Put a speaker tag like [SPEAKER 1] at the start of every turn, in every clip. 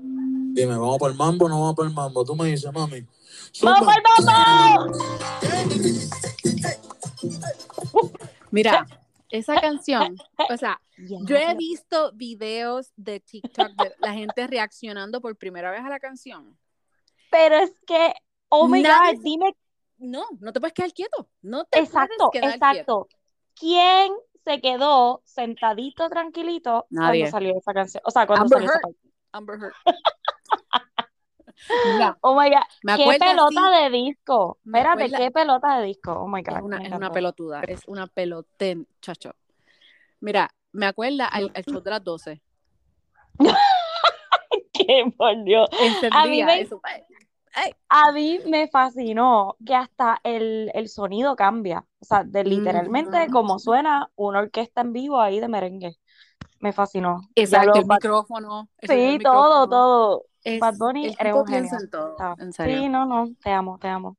[SPEAKER 1] Dime, ¿vamos para el mambo o no vamos para el mambo? Tú me dices, mami.
[SPEAKER 2] ¡Vamos
[SPEAKER 1] Zumba.
[SPEAKER 2] pa'l mambo!
[SPEAKER 3] Mira, esa canción, o sea, yo he visto videos de TikTok de la gente reaccionando por primera vez a la canción.
[SPEAKER 2] Pero es que, oh my
[SPEAKER 3] Nadie-
[SPEAKER 2] God, dime
[SPEAKER 3] No, no te puedes quedar quieto. No te
[SPEAKER 2] exacto,
[SPEAKER 3] puedes quedar quieto.
[SPEAKER 2] exacto. ¿Quién se quedó sentadito, tranquilito
[SPEAKER 3] Nadie.
[SPEAKER 2] cuando salió esa canción? O sea, cuando
[SPEAKER 3] Amber
[SPEAKER 2] salió esa
[SPEAKER 3] Heard.
[SPEAKER 2] canción.
[SPEAKER 3] Amber Heard. Mira,
[SPEAKER 2] Oh my God,
[SPEAKER 3] me
[SPEAKER 2] qué
[SPEAKER 3] acuerdo
[SPEAKER 2] pelota
[SPEAKER 3] así-
[SPEAKER 2] de disco.
[SPEAKER 3] Me
[SPEAKER 2] Espérate,
[SPEAKER 3] acuerda-
[SPEAKER 2] qué pelota de disco. Oh my God,
[SPEAKER 3] es una,
[SPEAKER 2] me
[SPEAKER 3] es una
[SPEAKER 2] encantó.
[SPEAKER 3] pelotuda, es una pelotén, chacho. Mira, me acuerda al, al show de las 12.
[SPEAKER 2] Qué por Dios.
[SPEAKER 3] Encendía
[SPEAKER 2] me-
[SPEAKER 3] eso.
[SPEAKER 2] A mí me fascinó que hasta el, el sonido cambia. O sea, de
[SPEAKER 3] Mm.
[SPEAKER 2] literalmente
[SPEAKER 3] Ujú.
[SPEAKER 2] como suena una orquesta en vivo ahí de merengue. Me fascinó.
[SPEAKER 3] Exacto,
[SPEAKER 2] Ya
[SPEAKER 3] el
[SPEAKER 2] lo-
[SPEAKER 3] micrófono. el sonido
[SPEAKER 2] Sí,
[SPEAKER 3] del
[SPEAKER 2] todo,
[SPEAKER 3] micrófono.
[SPEAKER 2] todo.
[SPEAKER 3] Es-
[SPEAKER 2] Bad Bunny
[SPEAKER 3] el
[SPEAKER 2] era
[SPEAKER 3] tipo
[SPEAKER 2] un genio.
[SPEAKER 3] piensa en todo,
[SPEAKER 2] Ah,
[SPEAKER 3] en serio.
[SPEAKER 2] Sí, no, no, te amo, te amo.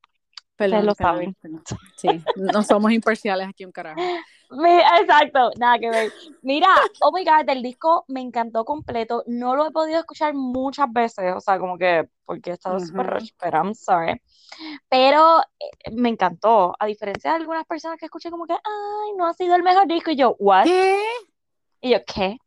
[SPEAKER 3] Perdón,
[SPEAKER 2] lo
[SPEAKER 3] perdón,
[SPEAKER 2] saben.
[SPEAKER 3] perdón. Sí, no somos imparciales aquí un carajo.
[SPEAKER 2] Mi- Exacto, nada que ver. Mira, oh my God, el disco me encantó completo. No lo he podido escuchar muchas veces, o sea, como que porque he estado
[SPEAKER 3] Ujú.
[SPEAKER 2] súper rush, pero I'm sorry. Pero eh, me encantó, a diferencia de algunas personas que escuché como que, ay, no ha sido el mejor disco. Y yo, what?
[SPEAKER 3] ¿Qué?
[SPEAKER 2] Y yo, ¿qué?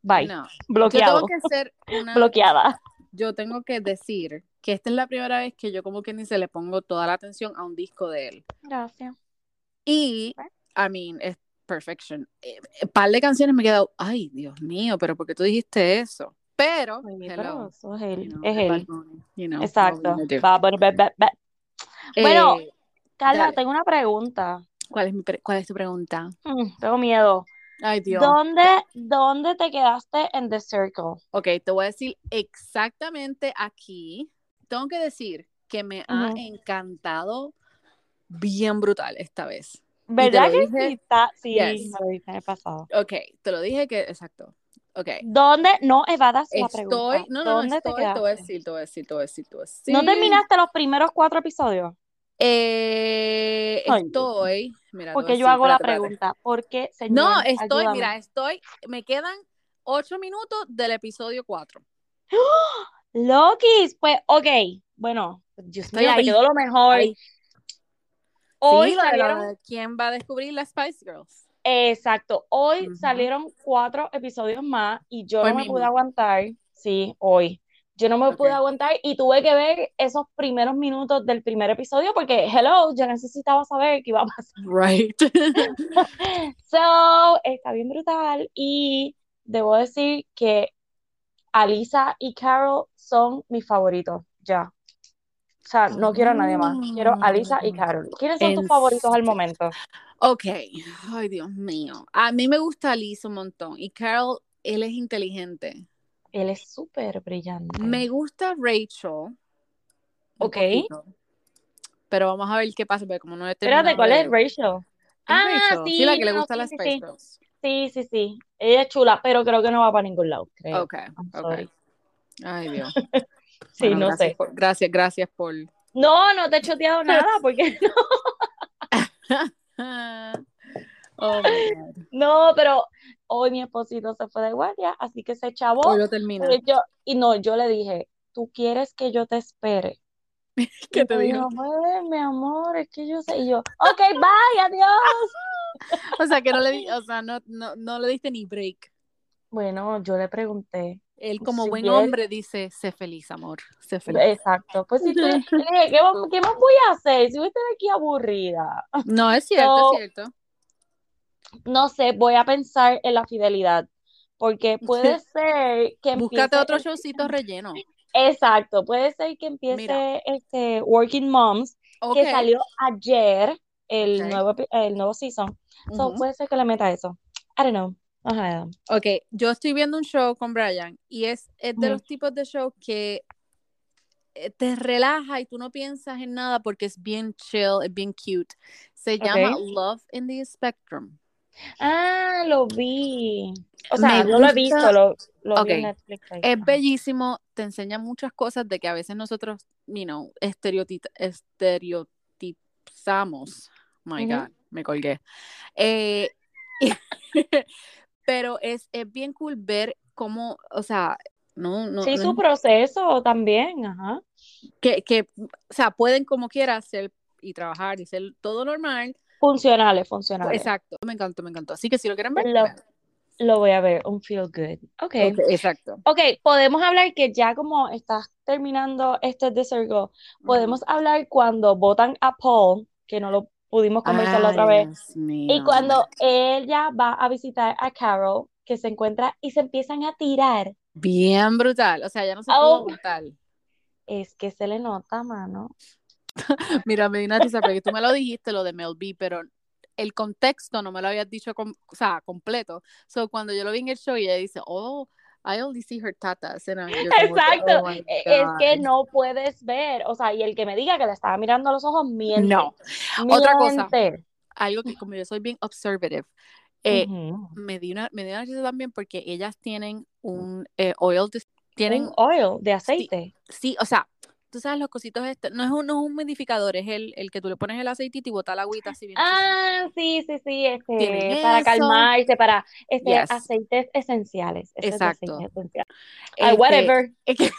[SPEAKER 2] Bye,
[SPEAKER 3] No, yo
[SPEAKER 2] bloqueado,
[SPEAKER 3] tengo que hacer una,
[SPEAKER 2] bloqueada.
[SPEAKER 3] yo tengo que decir que esta es la primera vez que yo como que ni se le pongo toda la atención a un disco de él.
[SPEAKER 2] Gracias.
[SPEAKER 3] Y,
[SPEAKER 2] Bueno.
[SPEAKER 3] I mean, es perfection. Eh, eh, par de canciones me he quedado, ay, Dios mío, pero ¿por qué tú dijiste eso? Pero,
[SPEAKER 2] Oye,
[SPEAKER 3] hello,
[SPEAKER 2] pero eso es él,
[SPEAKER 3] you know,
[SPEAKER 2] es
[SPEAKER 3] Bad
[SPEAKER 2] él.
[SPEAKER 3] Bunny, you know, what
[SPEAKER 2] Exacto.
[SPEAKER 3] we gonna do.
[SPEAKER 2] Va, bueno, ve, ve, ve.
[SPEAKER 3] Eh,
[SPEAKER 2] Bueno. Carla,
[SPEAKER 3] dale.
[SPEAKER 2] tengo una pregunta.
[SPEAKER 3] ¿cuál, es mi pre- ¿Cuál es tu pregunta?
[SPEAKER 2] Mm, tengo miedo.
[SPEAKER 3] Ay, Dios.
[SPEAKER 2] ¿Dónde, dónde te quedaste en The Circle?
[SPEAKER 3] Ok, te voy a decir exactamente aquí. Tengo que decir que me ha
[SPEAKER 2] Ujú.
[SPEAKER 3] encantado bien brutal esta vez.
[SPEAKER 2] ¿Verdad
[SPEAKER 3] lo
[SPEAKER 2] que
[SPEAKER 3] dije.
[SPEAKER 2] sí? Está- sí,
[SPEAKER 3] Yes.
[SPEAKER 2] me lo dije en el pasado.
[SPEAKER 3] Ok, te lo dije que, exacto. Ok,
[SPEAKER 2] ¿Dónde? No evadas la pregunta.
[SPEAKER 3] estoy, no, no, no,
[SPEAKER 2] ¿Dónde te
[SPEAKER 3] estoy, te, voy a
[SPEAKER 2] quedaste?
[SPEAKER 3] decir, te voy a decir, te voy a decir, te voy a decir.
[SPEAKER 2] ¿No terminaste los primeros cuatro episodios?
[SPEAKER 3] Eh,
[SPEAKER 2] Ay,
[SPEAKER 3] estoy, mira, te voy a
[SPEAKER 2] Porque yo
[SPEAKER 3] decir,
[SPEAKER 2] hago la
[SPEAKER 3] espérate, espérate.
[SPEAKER 2] pregunta. ¿Por qué, señor?
[SPEAKER 3] No, estoy,
[SPEAKER 2] Ayúdame.
[SPEAKER 3] mira, estoy, me quedan ocho minutos del episodio cuatro.
[SPEAKER 2] Lokis, pues, ok. Bueno, Dios
[SPEAKER 3] Estoy
[SPEAKER 2] mío, te
[SPEAKER 3] ahí.
[SPEAKER 2] quedó lo mejor.
[SPEAKER 3] Ahí.
[SPEAKER 2] Hoy
[SPEAKER 3] Sí, la de la-
[SPEAKER 2] salieron,
[SPEAKER 3] ¿quién va a descubrir las Spice Girls?
[SPEAKER 2] exacto, hoy
[SPEAKER 3] Ujú.
[SPEAKER 2] salieron cuatro episodios más y yo
[SPEAKER 3] Hoy
[SPEAKER 2] no me
[SPEAKER 3] mismo.
[SPEAKER 2] pude aguantar. Sí, hoy. Yo no me pude
[SPEAKER 3] Ok.
[SPEAKER 2] aguantar y tuve que ver esos primeros minutos del primer episodio porque, hello, yo necesitaba saber qué iba a pasar.
[SPEAKER 3] Right.
[SPEAKER 2] So, está bien brutal y debo decir que Alisa y Carol son mis favoritos, ya. O sea, no quiero a nadie más. Quiero a Alisa y Carol. ¿Quiénes son tus
[SPEAKER 3] Mm. En
[SPEAKER 2] favoritos al
[SPEAKER 3] serio.
[SPEAKER 2] momento?
[SPEAKER 3] Ok, ay Dios mío. A mí me gusta Liz un montón y Carol, él es inteligente.
[SPEAKER 2] Él es súper brillante.
[SPEAKER 3] Me gusta Rachel. un
[SPEAKER 2] Ok.
[SPEAKER 3] poquito. Pero vamos a ver qué pasa, porque como no he
[SPEAKER 2] Espérate,
[SPEAKER 3] terminado
[SPEAKER 2] ¿cuál
[SPEAKER 3] de-
[SPEAKER 2] es Rachel? Este, Ah,
[SPEAKER 3] Rachel,
[SPEAKER 2] sí,
[SPEAKER 3] la que le
[SPEAKER 2] no,
[SPEAKER 3] gusta
[SPEAKER 2] sí,
[SPEAKER 3] las
[SPEAKER 2] sí,
[SPEAKER 3] Spice
[SPEAKER 2] sí.
[SPEAKER 3] Girls.
[SPEAKER 2] Sí, sí, sí. Ella es chula, pero creo que no va para ningún lado, creo.
[SPEAKER 3] Ok,
[SPEAKER 2] I'm
[SPEAKER 3] ok.
[SPEAKER 2] sorry.
[SPEAKER 3] Ay Dios.
[SPEAKER 2] Sí,
[SPEAKER 3] Bueno,
[SPEAKER 2] no
[SPEAKER 3] gracias
[SPEAKER 2] sé.
[SPEAKER 3] por- gracias, gracias por.
[SPEAKER 2] No, no te he choteado nada porque
[SPEAKER 3] oh my God.
[SPEAKER 2] no, pero hoy mi esposito se fue de guardia, así que se chavó.
[SPEAKER 3] Hoy lo termina.
[SPEAKER 2] Porque yo, y no, yo le dije, ¿tú quieres que yo te espere?
[SPEAKER 3] ¿Qué
[SPEAKER 2] Y
[SPEAKER 3] te
[SPEAKER 2] me
[SPEAKER 3] dijo?
[SPEAKER 2] "Pues, mi amor, es que yo sé. Y yo, ok, bye, adiós.
[SPEAKER 3] O sea, que no le, di- o sea, no, no, no le diste ni break.
[SPEAKER 2] Bueno, yo le pregunté,
[SPEAKER 3] Él como
[SPEAKER 2] Sí,
[SPEAKER 3] buen
[SPEAKER 2] bien.
[SPEAKER 3] hombre dice, sé feliz, amor, sé feliz.
[SPEAKER 2] exacto, pues si tú, le dije, ¿qué, vam- qué más voy a hacer? Si voy a estar aquí aburrida.
[SPEAKER 3] No, es cierto,
[SPEAKER 2] So-
[SPEAKER 3] es cierto.
[SPEAKER 2] No sé, voy a pensar en la fidelidad, porque puede ser que empiece
[SPEAKER 3] Búscate otro
[SPEAKER 2] el-
[SPEAKER 3] showcito relleno.
[SPEAKER 2] exacto, puede ser que empiece
[SPEAKER 3] Mira.
[SPEAKER 2] este Working Moms,
[SPEAKER 3] Ok.
[SPEAKER 2] que salió ayer el
[SPEAKER 3] Ok.
[SPEAKER 2] nuevo, epi- el nuevo season. So,
[SPEAKER 3] Ujú.
[SPEAKER 2] puede ser que le meta eso. I don't know. Ajá.
[SPEAKER 3] Ok, yo estoy viendo un show con Brian y es, es de
[SPEAKER 2] Ujú.
[SPEAKER 3] los tipos de show que eh, te relaja y tú no piensas en nada porque es bien chill, es bien cute. Se llama Love in the Spectrum.
[SPEAKER 2] Ah, lo vi. O
[SPEAKER 3] Me
[SPEAKER 2] sea, no lo he
[SPEAKER 3] gusta-
[SPEAKER 2] visto, lo, lo vi en
[SPEAKER 3] Ok.
[SPEAKER 2] Netflix ahí.
[SPEAKER 3] Es
[SPEAKER 2] Ajá.
[SPEAKER 3] bellísimo, te enseña muchas cosas de que a veces nosotros, you know, estereotita- estereotipizamos. My
[SPEAKER 2] Ujú.
[SPEAKER 3] God, me colgué. Eh, pero es, es bien cool ver cómo, o sea, No, no,
[SPEAKER 2] sí,
[SPEAKER 3] no
[SPEAKER 2] su
[SPEAKER 3] es-
[SPEAKER 2] proceso también, ajá.
[SPEAKER 3] que, que, o sea, pueden como quiera hacer y trabajar y ser todo normal.
[SPEAKER 2] Funcionales, funcionales.
[SPEAKER 3] Exacto, me encantó, me encantó. Así que si lo quieren ver,
[SPEAKER 2] Lo,
[SPEAKER 3] vean.
[SPEAKER 2] lo voy a ver, un feel good. Ok.
[SPEAKER 3] Pues, Ok, exacto.
[SPEAKER 2] Ok, podemos hablar que ya como estás terminando este de Sergo, podemos hablar cuando votan a Paul, que no lo pudimos conversar la
[SPEAKER 3] Ay,
[SPEAKER 2] otra vez,
[SPEAKER 3] Dios mío.
[SPEAKER 2] y cuando ella va a visitar a Carol, que se encuentra y se empiezan a tirar,
[SPEAKER 3] Bien brutal, o sea, ya no se
[SPEAKER 2] Oh.
[SPEAKER 3] pudo aguantar.
[SPEAKER 2] es que se le nota, mano.
[SPEAKER 3] Mira, me di una risa porque tú me lo dijiste lo de Mel B, pero el contexto no me lo habías dicho com- o sea, completo. So, cuando yo lo vi en el show y ella dice, oh, I only see her tatas. and I'm- yo como que,
[SPEAKER 2] Exacto,
[SPEAKER 3] "Oh my
[SPEAKER 2] e- es
[SPEAKER 3] God".
[SPEAKER 2] que no puedes ver, o sea, y el que me diga que le estaba mirando a los ojos, miente.
[SPEAKER 3] No. Otra cosa.
[SPEAKER 2] miente.
[SPEAKER 3] Algo que como yo soy bien observative, eh,
[SPEAKER 2] Ujú.
[SPEAKER 3] me di una, me di una risa también porque ellas tienen un eh, oil, dis- tienen,
[SPEAKER 2] Un oil de aceite.
[SPEAKER 3] sí, o sea, tú sabes los cositos estos, no es un, no es un modificador, es el, el que tú le pones el aceitito y bota la agüita así bien.
[SPEAKER 2] Ah, sí, sí, sí, este,
[SPEAKER 3] Tienen
[SPEAKER 2] para
[SPEAKER 3] eso.
[SPEAKER 2] calmarse, para este,
[SPEAKER 3] Yes.
[SPEAKER 2] aceites esenciales. este es de
[SPEAKER 3] Exacto.
[SPEAKER 2] aceites esenciales.
[SPEAKER 3] sucia.
[SPEAKER 2] Ay,
[SPEAKER 3] Este,
[SPEAKER 2] ah, whatever.
[SPEAKER 3] es que-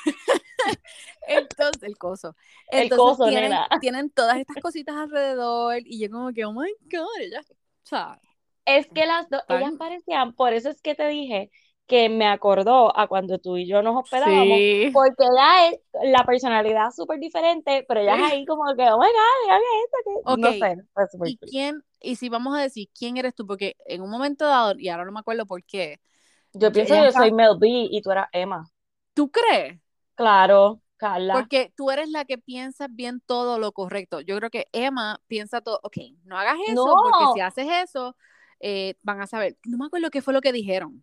[SPEAKER 3] Entonces, el coso.
[SPEAKER 2] El
[SPEAKER 3] Entonces
[SPEAKER 2] coso,
[SPEAKER 3] tienen,
[SPEAKER 2] nena.
[SPEAKER 3] tienen todas estas cositas alrededor y yo como que, oh my God, ellas, o sea,
[SPEAKER 2] Es que las dos, ellas
[SPEAKER 3] Tan-
[SPEAKER 2] parecían, por eso es que te dije que me acordó a cuando tú y yo nos hospedábamos,
[SPEAKER 3] sí.
[SPEAKER 2] porque ella es la personalidad súper diferente, pero ella es
[SPEAKER 3] Sí.
[SPEAKER 2] ahí como que, oh my God, mira esto, que-". no
[SPEAKER 3] Ok.
[SPEAKER 2] sé, pues, fue súper
[SPEAKER 3] ¿Y
[SPEAKER 2] cool.
[SPEAKER 3] quién, y si vamos a decir quién eres tú? Porque en un momento dado, y ahora no me acuerdo por qué,
[SPEAKER 2] Yo pienso que
[SPEAKER 3] ella
[SPEAKER 2] yo
[SPEAKER 3] está-
[SPEAKER 2] soy Mel B y tú eras Emma.
[SPEAKER 3] ¿tú crees?
[SPEAKER 2] Claro, Carla.
[SPEAKER 3] Porque tú eres la que piensas bien todo lo correcto. Yo creo que Emma piensa todo, ok, no hagas eso,
[SPEAKER 2] No.
[SPEAKER 3] porque si haces eso, eh, van a saber. No me acuerdo qué fue lo que dijeron.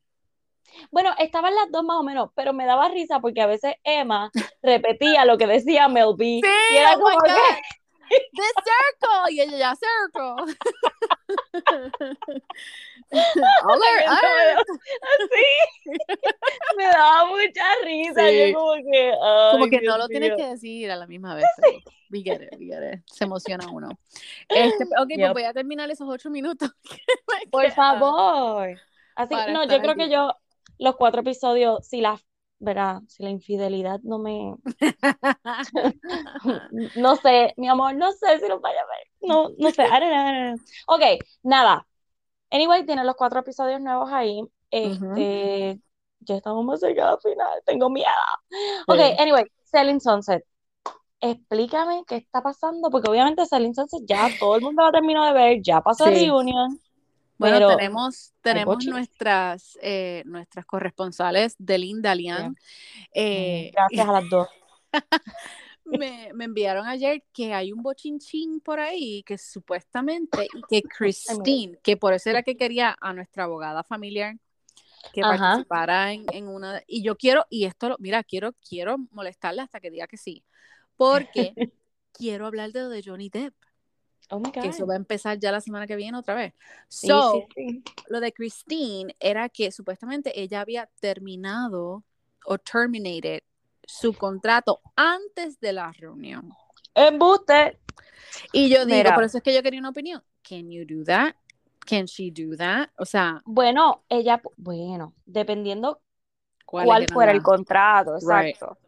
[SPEAKER 2] Bueno, estaban las dos más o menos, pero me daba risa porque a veces Emma repetía lo que decía Mel B. y era
[SPEAKER 3] oh
[SPEAKER 2] como
[SPEAKER 3] my
[SPEAKER 2] que,
[SPEAKER 3] God. The circle, y ella ya circle. All right, all right.
[SPEAKER 2] sí, me daba mucha risa.
[SPEAKER 3] Sí.
[SPEAKER 2] Yo como que, ay,
[SPEAKER 3] Como que
[SPEAKER 2] Dios
[SPEAKER 3] no lo tienes
[SPEAKER 2] mío.
[SPEAKER 3] que decir a la misma vez. pero we get it, we get it. Se emociona uno. Este, ok,
[SPEAKER 2] Yep.
[SPEAKER 3] pues voy a terminar esos ocho minutos. que me
[SPEAKER 2] Por
[SPEAKER 3] quedan.
[SPEAKER 2] favor. Así,
[SPEAKER 3] Para
[SPEAKER 2] no,
[SPEAKER 3] estar
[SPEAKER 2] yo
[SPEAKER 3] al
[SPEAKER 2] creo que
[SPEAKER 3] día.
[SPEAKER 2] yo, los cuatro episodios, si la, ¿verdad? Si la infidelidad no me, no sé, mi amor, no sé si los vaya a ver. No, no sé. I don't know, I don't know. Ok, nada. Anyway, tienen los cuatro episodios nuevos ahí. Este, ya estamos más cerca del final. Tengo miedo. Ok,
[SPEAKER 3] Sí.
[SPEAKER 2] anyway, Selling Sunset. Explícame qué está pasando, porque obviamente Selling Sunset ya todo el mundo lo terminó de ver, ya pasó
[SPEAKER 3] Sí.
[SPEAKER 2] Reunion.
[SPEAKER 3] Bueno,
[SPEAKER 2] Pero-
[SPEAKER 3] tenemos, tenemos
[SPEAKER 2] bochín.
[SPEAKER 3] nuestras, eh, nuestras corresponsales de Linda Lian. Eh,
[SPEAKER 2] Gracias a las dos.
[SPEAKER 3] me, me enviaron ayer que hay un bochinchín por ahí que supuestamente y que Christine, que por eso era que quería a nuestra abogada familiar que
[SPEAKER 2] Ajá.
[SPEAKER 3] participara en, en una y yo quiero y esto lo, mira, quiero quiero molestarla hasta que diga que sí, porque quiero hablar de lo de Johnny Depp,
[SPEAKER 2] Oh my
[SPEAKER 3] que eso
[SPEAKER 2] God.
[SPEAKER 3] va a empezar ya la semana que viene otra vez.
[SPEAKER 2] Sí,
[SPEAKER 3] So,
[SPEAKER 2] sí, sí.
[SPEAKER 3] lo de Christine era que supuestamente ella había terminado o terminated su contrato antes de la reunión.
[SPEAKER 2] Embuste.
[SPEAKER 3] Y yo digo,
[SPEAKER 2] Mira.
[SPEAKER 3] por eso es que yo quería una opinión. Can you do that? Can she do that? O sea,
[SPEAKER 2] Bueno, ella, bueno, dependiendo
[SPEAKER 3] ¿cuál,
[SPEAKER 2] cuál
[SPEAKER 3] es
[SPEAKER 2] fuera el
[SPEAKER 3] ganancia?
[SPEAKER 2] contrato,
[SPEAKER 3] Right.
[SPEAKER 2] exacto.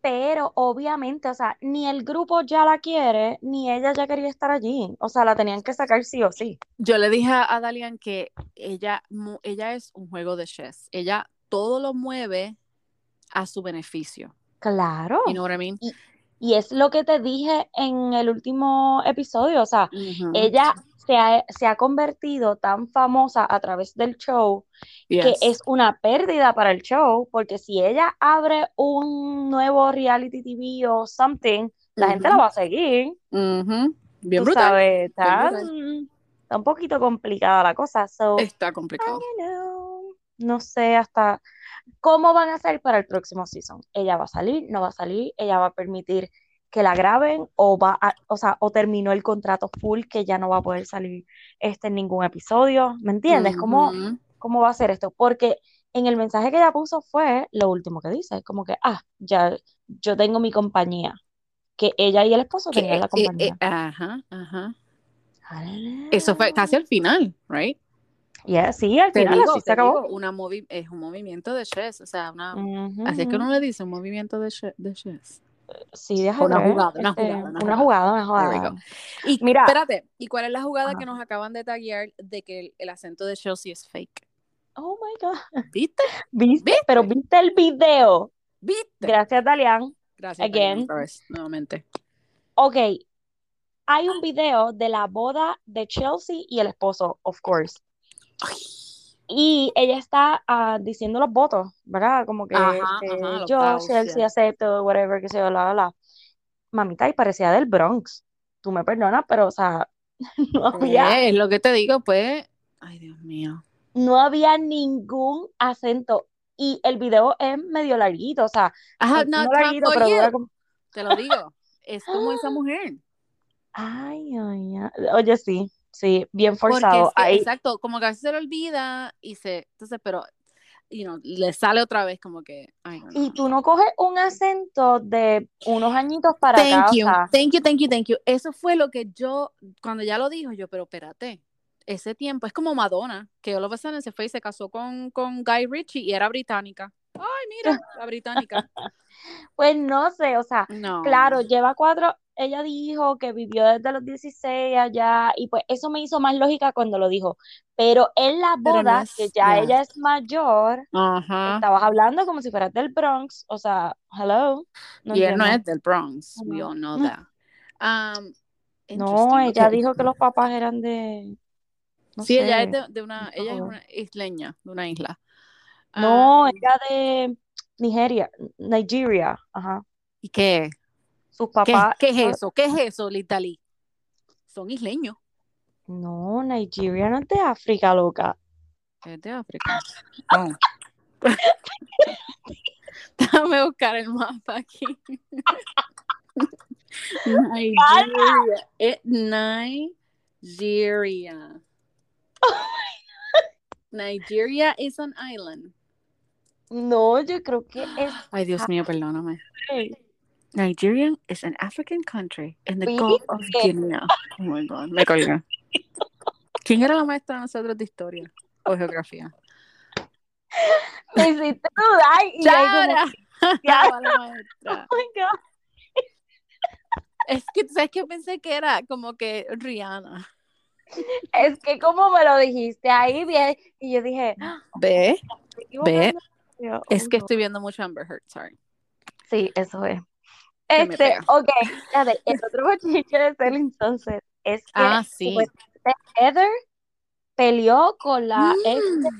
[SPEAKER 2] Pero obviamente, o sea, ni el grupo ya la quiere, ni ella ya quería estar allí. O sea, la tenían que sacar sí o sí.
[SPEAKER 3] Yo le dije a a Dalian que ella, mu- ella es un juego de chess. Ella todo lo mueve a su beneficio.
[SPEAKER 2] Claro.
[SPEAKER 3] You know what I mean?
[SPEAKER 2] Y es lo que te dije en el último episodio, o sea,
[SPEAKER 3] Ujú.
[SPEAKER 2] ella se ha, se ha convertido tan famosa a través del show
[SPEAKER 3] Yes.
[SPEAKER 2] que es una pérdida para el show, porque si ella abre un nuevo reality TV o something, la gente la
[SPEAKER 3] Ujú.
[SPEAKER 2] va a seguir.
[SPEAKER 3] Ujú. Bien
[SPEAKER 2] Tú
[SPEAKER 3] brutal.
[SPEAKER 2] sabes, está,
[SPEAKER 3] brutal.
[SPEAKER 2] está un poquito complicada la cosa, so,
[SPEAKER 3] Está complicado.
[SPEAKER 2] you know, no sé hasta cómo van a hacer para el próximo season. ¿Ella va a salir? ¿No va a salir? ¿Ella va a permitir que la graben o va a- o sea, o terminó el contrato full que ya no va a poder salir este en ningún episodio? ¿Me entiendes? ¿Cómo,
[SPEAKER 3] Ujú.
[SPEAKER 2] cómo va a ser esto? Porque en el mensaje que ella puso fue lo último que dice, es como que, ah, ya yo tengo mi compañía, que ella y el esposo
[SPEAKER 3] Que-
[SPEAKER 2] tenían la
[SPEAKER 3] eh, eh,
[SPEAKER 2] compañía.
[SPEAKER 3] ajá, ajá.
[SPEAKER 2] Ah,
[SPEAKER 3] Eso fue casi al final, right?
[SPEAKER 2] Yeah, sí, al
[SPEAKER 3] Te
[SPEAKER 2] final
[SPEAKER 3] digo,
[SPEAKER 2] así se
[SPEAKER 3] te
[SPEAKER 2] acabó.
[SPEAKER 3] digo, una movi- es un movimiento de chess, o sea, una...
[SPEAKER 2] Ujú.
[SPEAKER 3] Así es que uno le dice un movimiento de, che- de chess.
[SPEAKER 2] Sí, deja
[SPEAKER 3] Una
[SPEAKER 2] ver,
[SPEAKER 3] jugada, una
[SPEAKER 2] este,
[SPEAKER 3] jugada, una
[SPEAKER 2] una jugada, una
[SPEAKER 3] There we
[SPEAKER 2] jugada.
[SPEAKER 3] go. Y
[SPEAKER 2] Mira.
[SPEAKER 3] espérate, ¿y cuál es la jugada
[SPEAKER 2] Ajá.
[SPEAKER 3] que nos acaban de taguear de que el, el acento de Chelsea es fake?
[SPEAKER 2] Oh my God.
[SPEAKER 3] ¿Viste?
[SPEAKER 2] ¿Viste?
[SPEAKER 3] ¿Viste?
[SPEAKER 2] Pero viste el video.
[SPEAKER 3] ¿Viste?
[SPEAKER 2] Gracias, Dalian.
[SPEAKER 3] Gracias.
[SPEAKER 2] Again.
[SPEAKER 3] Daniel, otra vez, nuevamente.
[SPEAKER 2] Ok. Hay
[SPEAKER 3] Ah.
[SPEAKER 2] un video de la boda de Chelsea y el esposo, of course. Y ella está ah, diciendo los votos, ¿verdad? Como que
[SPEAKER 3] Ajá,
[SPEAKER 2] este,
[SPEAKER 3] ajá, los
[SPEAKER 2] yo,
[SPEAKER 3] vows,
[SPEAKER 2] Chelsea,
[SPEAKER 3] yeah.
[SPEAKER 2] acepto, whatever, que sea, bla, bla, bla. Mamita, y parecía del Bronx. Tú me perdonas, pero, o sea, no había.
[SPEAKER 3] Eh, es lo que te digo, pues. Ay, Dios mío.
[SPEAKER 2] no había ningún acento y el video es medio larguito, o sea,
[SPEAKER 3] I have
[SPEAKER 2] no
[SPEAKER 3] not time
[SPEAKER 2] larguito,
[SPEAKER 3] for
[SPEAKER 2] pero dura
[SPEAKER 3] you.
[SPEAKER 2] como...
[SPEAKER 3] Te lo digo. Es como esa mujer.
[SPEAKER 2] Ay, ay, ay. Oye, sí, sí, bien
[SPEAKER 3] Porque
[SPEAKER 2] forzado.
[SPEAKER 3] es que,
[SPEAKER 2] Ahí,
[SPEAKER 3] exacto, como que a veces se le olvida y se. Entonces, pero. You know, le sale otra vez como que. Ay, no,
[SPEAKER 2] y
[SPEAKER 3] no.
[SPEAKER 2] tú no coges un acento de unos añitos para acá,
[SPEAKER 3] Thank
[SPEAKER 2] o
[SPEAKER 3] you,
[SPEAKER 2] sea,
[SPEAKER 3] thank you, thank you, thank you. Eso fue lo que yo, cuando ya lo dijo, yo, pero espérate, ese tiempo es como Madonna, que all of a sudden se fue y se casó con, con Guy Ritchie y era británica. Ay, mira, la británica.
[SPEAKER 2] pues no sé, o sea,
[SPEAKER 3] No.
[SPEAKER 2] claro, lleva cuatro, ella dijo que vivió desde los 16 allá, y pues eso me hizo más lógica cuando lo dijo, pero en la
[SPEAKER 3] Pero no
[SPEAKER 2] boda,
[SPEAKER 3] es-
[SPEAKER 2] que ya
[SPEAKER 3] ya.
[SPEAKER 2] ella es mayor,
[SPEAKER 3] Ajá.
[SPEAKER 2] Estabas hablando como si fueras del Bronx, o sea, hello.
[SPEAKER 3] y él
[SPEAKER 2] entiendo.
[SPEAKER 3] no es del Bronx, we
[SPEAKER 2] No.
[SPEAKER 3] all know that. Um,
[SPEAKER 2] No,
[SPEAKER 3] interesting,
[SPEAKER 2] ella
[SPEAKER 3] ok.
[SPEAKER 2] dijo que los papás eran de. No
[SPEAKER 3] sí, ella es
[SPEAKER 2] sé.
[SPEAKER 3] de, de una, ella es
[SPEAKER 2] No.
[SPEAKER 3] una isleña, de una isla.
[SPEAKER 2] No, eh,
[SPEAKER 3] Um,
[SPEAKER 2] ella de Nigeria, Nigeria, ajá.
[SPEAKER 3] ¿Y qué?
[SPEAKER 2] Sus
[SPEAKER 3] ¿Qué,
[SPEAKER 2] papás.
[SPEAKER 3] qué es eso? ¿Qué es eso, Litali? Son isleños.
[SPEAKER 2] No, Nigeria no es de África, loca.
[SPEAKER 3] Es Eh, de África. Déjame buscar el mapa aquí. Nigeria. Eh, Nigeria. Nigeria is an island.
[SPEAKER 2] No, yo creo que es.
[SPEAKER 3] Ay, Dios mío, perdóname.
[SPEAKER 2] Hey,
[SPEAKER 3] Nigeria is an African country in the
[SPEAKER 2] ¿Viste?
[SPEAKER 3] Gulf of Guinea. Oh my God, me colgué. ¿Quién era la maestra de nosotros de historia o geografía?
[SPEAKER 2] Me hiciste dudar y ahí como,
[SPEAKER 3] ¡Chara!
[SPEAKER 2] Chara.
[SPEAKER 3] Estaba la maestra.
[SPEAKER 2] oh my God.
[SPEAKER 3] Es que, ¿sabes qué? Pensé que era como que Rihanna.
[SPEAKER 2] Es que como me lo dijiste ahí bien, y yo dije, "Ah,
[SPEAKER 3] ¿Ve?
[SPEAKER 2] me estoy equivocando". Yo,
[SPEAKER 3] Es
[SPEAKER 2] "Oh,
[SPEAKER 3] que
[SPEAKER 2] no".
[SPEAKER 3] estoy viendo mucho Amber Heard, sorry.
[SPEAKER 2] Sí, eso es.
[SPEAKER 3] Se me
[SPEAKER 2] Este,
[SPEAKER 3] pega.
[SPEAKER 2] ok, fíjate, el otro bochinche de Selling Sunset es que
[SPEAKER 3] Ah, sí.
[SPEAKER 2] supuestamente Heather peleó con la
[SPEAKER 3] Mm.
[SPEAKER 2] ex de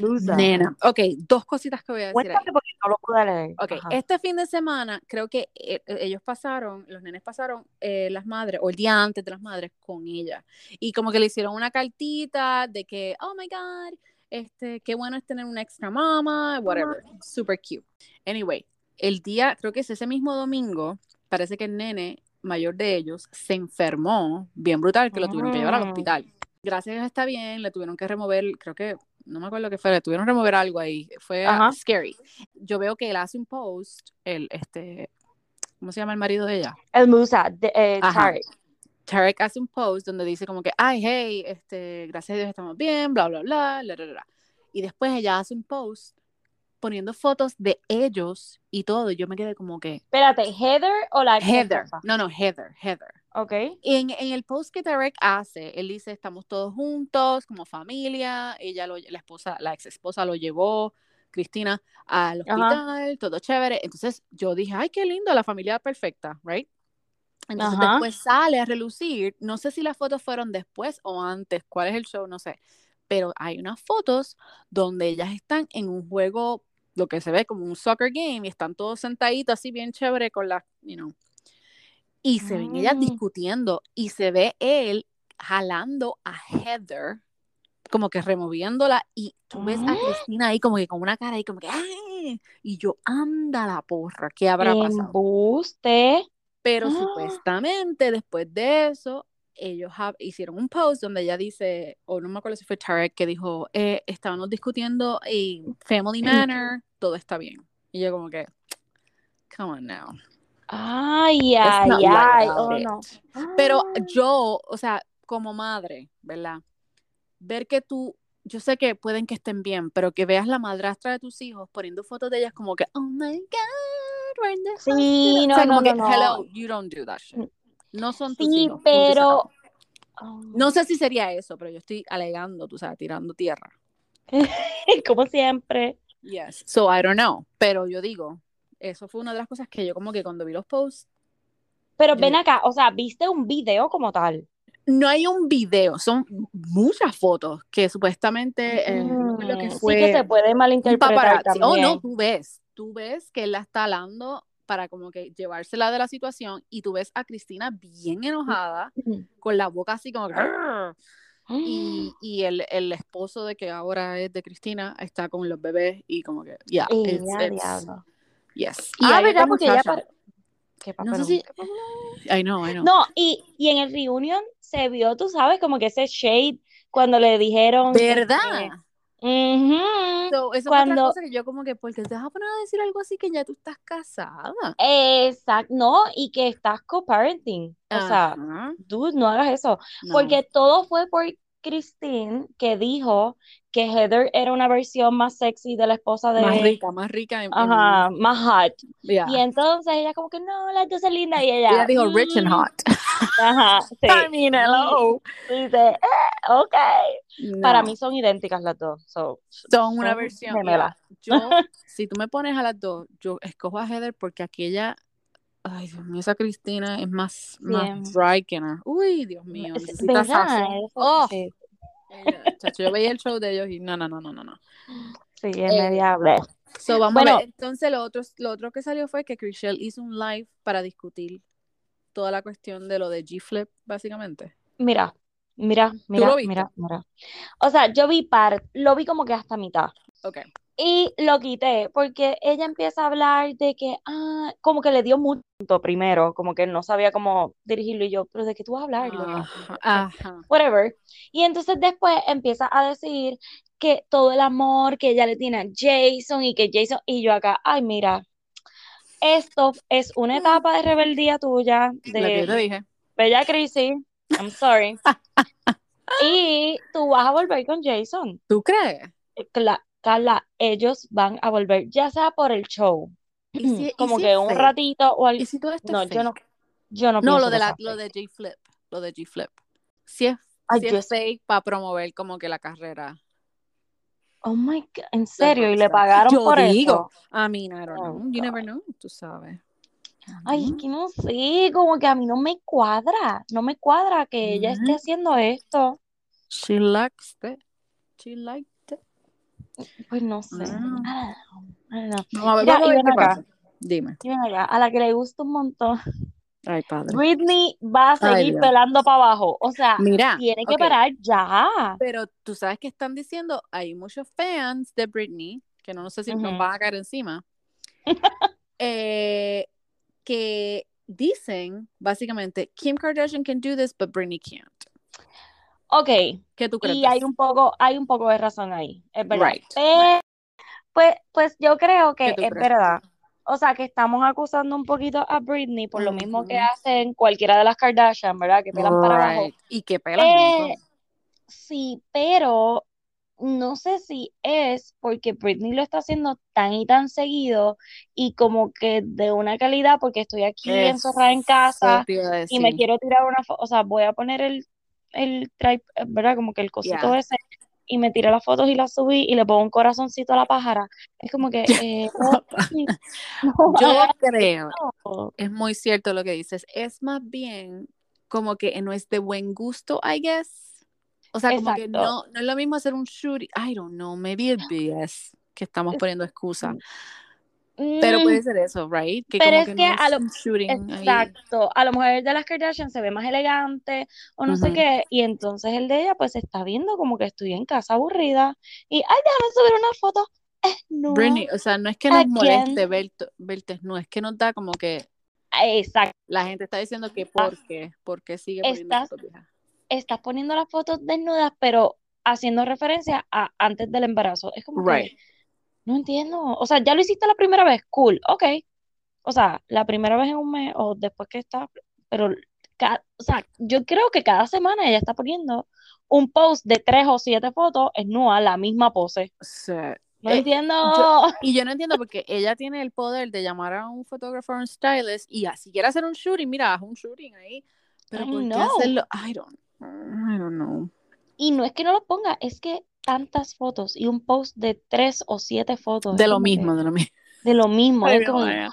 [SPEAKER 2] Lusa.
[SPEAKER 3] Nena. Ok, dos cositas que voy a decir ahí.
[SPEAKER 2] Cuéntame porque no lo pude leer.
[SPEAKER 3] Ok,
[SPEAKER 2] Ajá.
[SPEAKER 3] este fin de semana creo que eh, eh, ellos pasaron, los nenes pasaron eh, las madres, o el día antes de las madres, con ella. Y como que le hicieron una cartita de que, oh my God, este, qué bueno es tener una extra mama, whatever. Super cute. Anyway, el día, creo que es ese mismo domingo, parece que el nene mayor de ellos se enfermó bien brutal, que lo tuvieron que llevar al
[SPEAKER 2] Mm.
[SPEAKER 3] hospital. Gracias a Dios está bien, le tuvieron que remover, creo que, no me acuerdo qué fue, le tuvieron que remover algo ahí. Fue ah,
[SPEAKER 2] Ajá.
[SPEAKER 3] scary yo veo que él hace un post, el este, ¿cómo se llama el marido de ella?
[SPEAKER 2] El Musa, de, eh,
[SPEAKER 3] Ajá.
[SPEAKER 2] Tarek.
[SPEAKER 3] Tarek hace un post donde dice como que, ay, hey, este, gracias a Dios estamos bien, bla, bla, bla, bla, bla, bla. Y después ella hace un post poniendo fotos de ellos y todo. Y yo me quedé como que,
[SPEAKER 2] Espérate, Heather o la ex
[SPEAKER 3] Heather.
[SPEAKER 2] esposa?
[SPEAKER 3] No, no, Heather, Heather.
[SPEAKER 2] Ok.
[SPEAKER 3] En, en el post que Tarek hace, él dice, estamos todos juntos, como familia, ella lo- la esposa, la ex esposa lo llevó, Cristina, al
[SPEAKER 2] Ajá.
[SPEAKER 3] hospital, todo chévere. Entonces yo dije, ay, qué lindo, la familia perfecta, ¿right? Entonces
[SPEAKER 2] Ajá.
[SPEAKER 3] después sale a relucir, no sé si las fotos fueron después o antes, cuál es el show, no sé, pero hay unas fotos donde ellas están en un juego, lo que se ve como un soccer game, y están todos sentaditos así bien chévere con las, you know, y se ven ellas
[SPEAKER 2] Mm.
[SPEAKER 3] discutiendo y se ve él jalando a Heather, como que removiéndola y tú ves a
[SPEAKER 2] ¿Eh?
[SPEAKER 3] Cristina ahí como que con una cara ahí como que, ¡ay! Y yo, anda la porra, ¿qué
[SPEAKER 2] Eh,
[SPEAKER 3] habrá pasado?
[SPEAKER 2] Embuste.
[SPEAKER 3] Pero
[SPEAKER 2] Ah.
[SPEAKER 3] supuestamente después de eso, ellos ha- hicieron un post donde ella dice, o no me acuerdo si fue Tarek que dijo, eh, estábamos discutiendo y Family Manner, todo está bien. Y yo como que, come on now.
[SPEAKER 2] Ay,
[SPEAKER 3] Let's
[SPEAKER 2] ay,
[SPEAKER 3] not lie
[SPEAKER 2] ay.
[SPEAKER 3] about
[SPEAKER 2] Oh,
[SPEAKER 3] it.
[SPEAKER 2] no.
[SPEAKER 3] Pero
[SPEAKER 2] Ah.
[SPEAKER 3] yo, o sea, como madre, ¿verdad? Ver que tú yo sé que pueden que estén bien, pero que veas la madrastra de tus hijos poniendo fotos de ellas como que, oh my God, we're in the
[SPEAKER 2] Sí,
[SPEAKER 3] hospital".
[SPEAKER 2] no,
[SPEAKER 3] O sea,
[SPEAKER 2] no,
[SPEAKER 3] como que,
[SPEAKER 2] no, no.
[SPEAKER 3] hello, you don't do that shit. No son tus
[SPEAKER 2] Sí,
[SPEAKER 3] hijos. punto y se
[SPEAKER 2] pero...
[SPEAKER 3] acabó. No sé si sería eso, pero yo estoy alegando, tú sabes, tirando tierra.
[SPEAKER 2] Como siempre.
[SPEAKER 3] Yes. So I don't know. Pero yo digo, eso fue una de las cosas que yo como que cuando vi los posts,
[SPEAKER 2] Pero
[SPEAKER 3] Yo-
[SPEAKER 2] ven acá, o sea, ¿viste un video como tal?
[SPEAKER 3] no hay un video, son muchas fotos que supuestamente eh, no me acuerdo
[SPEAKER 2] Mm,
[SPEAKER 3] que
[SPEAKER 2] sí que
[SPEAKER 3] fue
[SPEAKER 2] se puede
[SPEAKER 3] un
[SPEAKER 2] malinterpretar
[SPEAKER 3] paparazzi. Oh, no,
[SPEAKER 2] también.
[SPEAKER 3] tú ves, tú ves que él la está hablando para como que llevársela de la situación y tú ves a Cristina bien enojada, con la boca así como... "Grrr". Y, y el, el esposo de que ahora es de Cristina está con los bebés y como que, yeah,
[SPEAKER 2] Y
[SPEAKER 3] it's-
[SPEAKER 2] ya,
[SPEAKER 3] it's-
[SPEAKER 2] ah, diablo.
[SPEAKER 3] yes.
[SPEAKER 2] Ah,
[SPEAKER 3] Y ahí
[SPEAKER 2] ¿verdad?
[SPEAKER 3] otra
[SPEAKER 2] Porque ella
[SPEAKER 3] muchacha.
[SPEAKER 2] pare- Qué
[SPEAKER 3] No sé
[SPEAKER 2] papelón.
[SPEAKER 3] si... I know, I know.
[SPEAKER 2] No, y, y en el reunion se vio, tú sabes, como que ese shade cuando le dijeron.
[SPEAKER 3] ¿Verdad?
[SPEAKER 2] este, ujú,
[SPEAKER 3] So, eso fue
[SPEAKER 2] Cuando-
[SPEAKER 3] otra cosa que yo como que, ¿por qué te vas a poner a decir algo así que ya tú estás casada?
[SPEAKER 2] Exacto, no, y que estás co-parenting. O
[SPEAKER 3] Ah,
[SPEAKER 2] sea,
[SPEAKER 3] Ajá,
[SPEAKER 2] dude, no hagas eso.
[SPEAKER 3] no.
[SPEAKER 2] Porque todo fue por Christine que dijo que Heather era una versión más sexy de la esposa de.
[SPEAKER 3] Más rica, más rica. En, en-
[SPEAKER 2] eh, Ajá, más hot.
[SPEAKER 3] yeah.
[SPEAKER 2] Y entonces ella como que no, las dos son lindas y ella,
[SPEAKER 3] Ella dijo rich and
[SPEAKER 2] "Mm".
[SPEAKER 3] hot.
[SPEAKER 2] Ajá, sí.
[SPEAKER 3] mean,
[SPEAKER 2] Y dice, "Eh, ok.
[SPEAKER 3] No,
[SPEAKER 2] Para mí son idénticas las dos. So,
[SPEAKER 3] son una
[SPEAKER 2] son
[SPEAKER 3] versión.
[SPEAKER 2] gemelas.
[SPEAKER 3] mira, yo, si tú me pones a las dos, yo escojo a Heather porque aquella, ay Dios mío, esa Cristina es más, más
[SPEAKER 2] Bien.
[SPEAKER 3] dry que nada. Uy, Dios mío,
[SPEAKER 2] Es
[SPEAKER 3] necesita
[SPEAKER 2] verdad,
[SPEAKER 3] sazón.
[SPEAKER 2] eso
[SPEAKER 3] Oh,
[SPEAKER 2] sí,
[SPEAKER 3] ella- chacho, yo veía el show de ellos y no, no, no, no, no, no.
[SPEAKER 2] sí, es
[SPEAKER 3] Eh,
[SPEAKER 2] media bleh.
[SPEAKER 3] So, vamos
[SPEAKER 2] Bueno.
[SPEAKER 3] a ver. Entonces, lo otro, lo otro que salió fue que Chriselle hizo un live para discutir toda la cuestión de lo de G-Flip, básicamente.
[SPEAKER 2] Mira, mira, mira,
[SPEAKER 3] lo viste?
[SPEAKER 2] mira, mira. O sea, yo vi par, lo vi como que hasta mitad.
[SPEAKER 3] Ok.
[SPEAKER 2] Y lo quité porque ella empieza a hablar de que, ah, como que le dio mucho primero, como que no sabía cómo dirigirlo y yo, pero ¿de qué tú vas a hablar, loca?".
[SPEAKER 3] Ajá,
[SPEAKER 2] ah,
[SPEAKER 3] ajá.
[SPEAKER 2] whatever. Y entonces después empieza a decir que todo el amor que ella le tiene a Jason y que Jason y yo acá, ay, mira, esto es una etapa de rebeldía tuya,
[SPEAKER 3] Lo Mm. que yo te
[SPEAKER 2] de
[SPEAKER 3] dije.
[SPEAKER 2] Bella Crisis, I'm sorry. Y tú vas a volver con Jason. Eh,
[SPEAKER 3] ¿Tú crees?
[SPEAKER 2] Cla- Carla, ellos van a volver, ya sea por el show,
[SPEAKER 3] ¿Y si- y
[SPEAKER 2] como
[SPEAKER 3] si
[SPEAKER 2] que
[SPEAKER 3] es
[SPEAKER 2] un
[SPEAKER 3] fake?
[SPEAKER 2] ratito o
[SPEAKER 3] ¿Y
[SPEAKER 2] algo.
[SPEAKER 3] si todo esto
[SPEAKER 2] No,
[SPEAKER 3] es
[SPEAKER 2] yo no,
[SPEAKER 3] fake?
[SPEAKER 2] yo no
[SPEAKER 3] No,
[SPEAKER 2] pienso
[SPEAKER 3] lo
[SPEAKER 2] que
[SPEAKER 3] de, la,
[SPEAKER 2] sea
[SPEAKER 3] lo
[SPEAKER 2] fake.
[SPEAKER 3] de G-Flip. Lo de G-Flip. Si es,
[SPEAKER 2] Ay,
[SPEAKER 3] si
[SPEAKER 2] yo
[SPEAKER 3] es
[SPEAKER 2] sé-
[SPEAKER 3] fake para promover como que la carrera.
[SPEAKER 2] Oh my God, ¿en serio? ¿Y le
[SPEAKER 3] Rockstar.
[SPEAKER 2] pagaron
[SPEAKER 3] Yo
[SPEAKER 2] por eso?
[SPEAKER 3] digo. I mean, I don't
[SPEAKER 2] Oh,
[SPEAKER 3] know. You never know. Tú sabes.
[SPEAKER 2] Ay, es que no sé, como que a mí no me cuadra, no me cuadra que ella esté
[SPEAKER 3] Ujú.
[SPEAKER 2] haciendo esto.
[SPEAKER 3] She likes it. She liked it.
[SPEAKER 2] Pues no sé.
[SPEAKER 3] Ah.
[SPEAKER 2] I don't know, I don't know.
[SPEAKER 3] Vamos a ver,
[SPEAKER 2] Mira,
[SPEAKER 3] vamos a
[SPEAKER 2] y
[SPEAKER 3] ver
[SPEAKER 2] ven
[SPEAKER 3] qué
[SPEAKER 2] acá.
[SPEAKER 3] pasa. Dime.
[SPEAKER 2] Y ven acá, a la que le gusta un montón.
[SPEAKER 3] Ay, padre.
[SPEAKER 2] Britney va a
[SPEAKER 3] Ay,
[SPEAKER 2] seguir
[SPEAKER 3] Dios.
[SPEAKER 2] pelando para abajo. O sea,
[SPEAKER 3] Mira,
[SPEAKER 2] tiene que
[SPEAKER 3] ok,
[SPEAKER 2] parar ya.
[SPEAKER 3] pero tú sabes que están diciendo, hay muchos fans de Britney, que no, no sé si nos
[SPEAKER 2] Ujú.
[SPEAKER 3] van a caer encima, eh, que dicen, básicamente, Kim Kardashian can do this, but Britney can't.
[SPEAKER 2] Ok,
[SPEAKER 3] ¿Qué tú crees?
[SPEAKER 2] y
[SPEAKER 3] de
[SPEAKER 2] hay
[SPEAKER 3] eso?
[SPEAKER 2] un poco, hay un poco de razón ahí, es verdad.
[SPEAKER 3] Right.
[SPEAKER 2] Pero, pues, pues yo creo que
[SPEAKER 3] ¿Qué tú
[SPEAKER 2] es
[SPEAKER 3] crees?
[SPEAKER 2] verdad. O sea, que estamos acusando un poquito a Britney por lo mismo que
[SPEAKER 3] Ujú.
[SPEAKER 2] hacen cualquiera de las Kardashian, ¿verdad? Que pelan para abajo.
[SPEAKER 3] Right. Y que pelan. un
[SPEAKER 2] Eh,
[SPEAKER 3] montón.
[SPEAKER 2] Sí, pero no sé si es porque Britney lo está haciendo tan y tan seguido y como que de una calidad, porque estoy aquí encerrada en
[SPEAKER 3] Eso
[SPEAKER 2] casa
[SPEAKER 3] te iba a
[SPEAKER 2] y me
[SPEAKER 3] decir.
[SPEAKER 2] quiero tirar una foto, o sea, voy a poner el, el tri- ¿verdad? Como que el cosito
[SPEAKER 3] Yeah.
[SPEAKER 2] ese y me tiré las fotos y las subí y le pongo un corazoncito a la pájara. Es como que, eh, no, no
[SPEAKER 3] Yo
[SPEAKER 2] hagas
[SPEAKER 3] creo,
[SPEAKER 2] eso.
[SPEAKER 3] Es muy cierto lo que dices. Es más bien como que no es de buen gusto, I guess. O sea, como que
[SPEAKER 2] Exacto.
[SPEAKER 3] no, no es lo mismo hacer un shooting. I don't know, maybe it BS que estamos poniendo excusa. Pero pues,
[SPEAKER 2] Mm,
[SPEAKER 3] puede ser eso, right? Que
[SPEAKER 2] Pero
[SPEAKER 3] como
[SPEAKER 2] es
[SPEAKER 3] que
[SPEAKER 2] que
[SPEAKER 3] no
[SPEAKER 2] a
[SPEAKER 3] es
[SPEAKER 2] lo-
[SPEAKER 3] un shooting ahí.
[SPEAKER 2] Exacto, a lo mejor el de las Kardashian se ve más elegante o no sé
[SPEAKER 3] Ujú.
[SPEAKER 2] qué, y entonces el de ella pues se está viendo como que estoy en casa aburrida y, ay, déjame subir una foto
[SPEAKER 3] Britney,
[SPEAKER 2] desnuda.
[SPEAKER 3] o sea, no es que nos
[SPEAKER 2] Again.
[SPEAKER 3] moleste verte, verte, no, es que nos da como que
[SPEAKER 2] Exacto,
[SPEAKER 3] la gente está diciendo que por qué, por qué sigue poniendo
[SPEAKER 2] Estás-
[SPEAKER 3] fotos viejas.
[SPEAKER 2] estás poniendo las fotos desnudas, pero haciendo referencia a antes del embarazo. Es como que
[SPEAKER 3] Right.
[SPEAKER 2] no entiendo, o sea, ya lo hiciste la primera vez, cool, ok. O sea, la primera vez en un mes o después que está, pero ca- o sea, yo creo que cada semana ella está poniendo un post de tres o siete fotos en nua, la misma pose.
[SPEAKER 3] Sí.
[SPEAKER 2] No
[SPEAKER 3] Eh,
[SPEAKER 2] entiendo.
[SPEAKER 3] Y yo no entiendo porque ella tiene el poder de llamar a un fotógrafo, un stylist, y así quiere hacer un shooting, mira, haz un shooting ahí. Pero
[SPEAKER 2] I
[SPEAKER 3] ¿por qué
[SPEAKER 2] know.
[SPEAKER 3] hacerlo? I don't, I don't know.
[SPEAKER 2] Y no es que no lo ponga, es que tantas fotos y un post de tres o siete fotos.
[SPEAKER 3] De
[SPEAKER 2] es
[SPEAKER 3] lo
[SPEAKER 2] como que-
[SPEAKER 3] mismo, de lo mismo.
[SPEAKER 2] De lo mismo.
[SPEAKER 3] Ay,
[SPEAKER 2] es
[SPEAKER 3] mi
[SPEAKER 2] como que,
[SPEAKER 3] madre.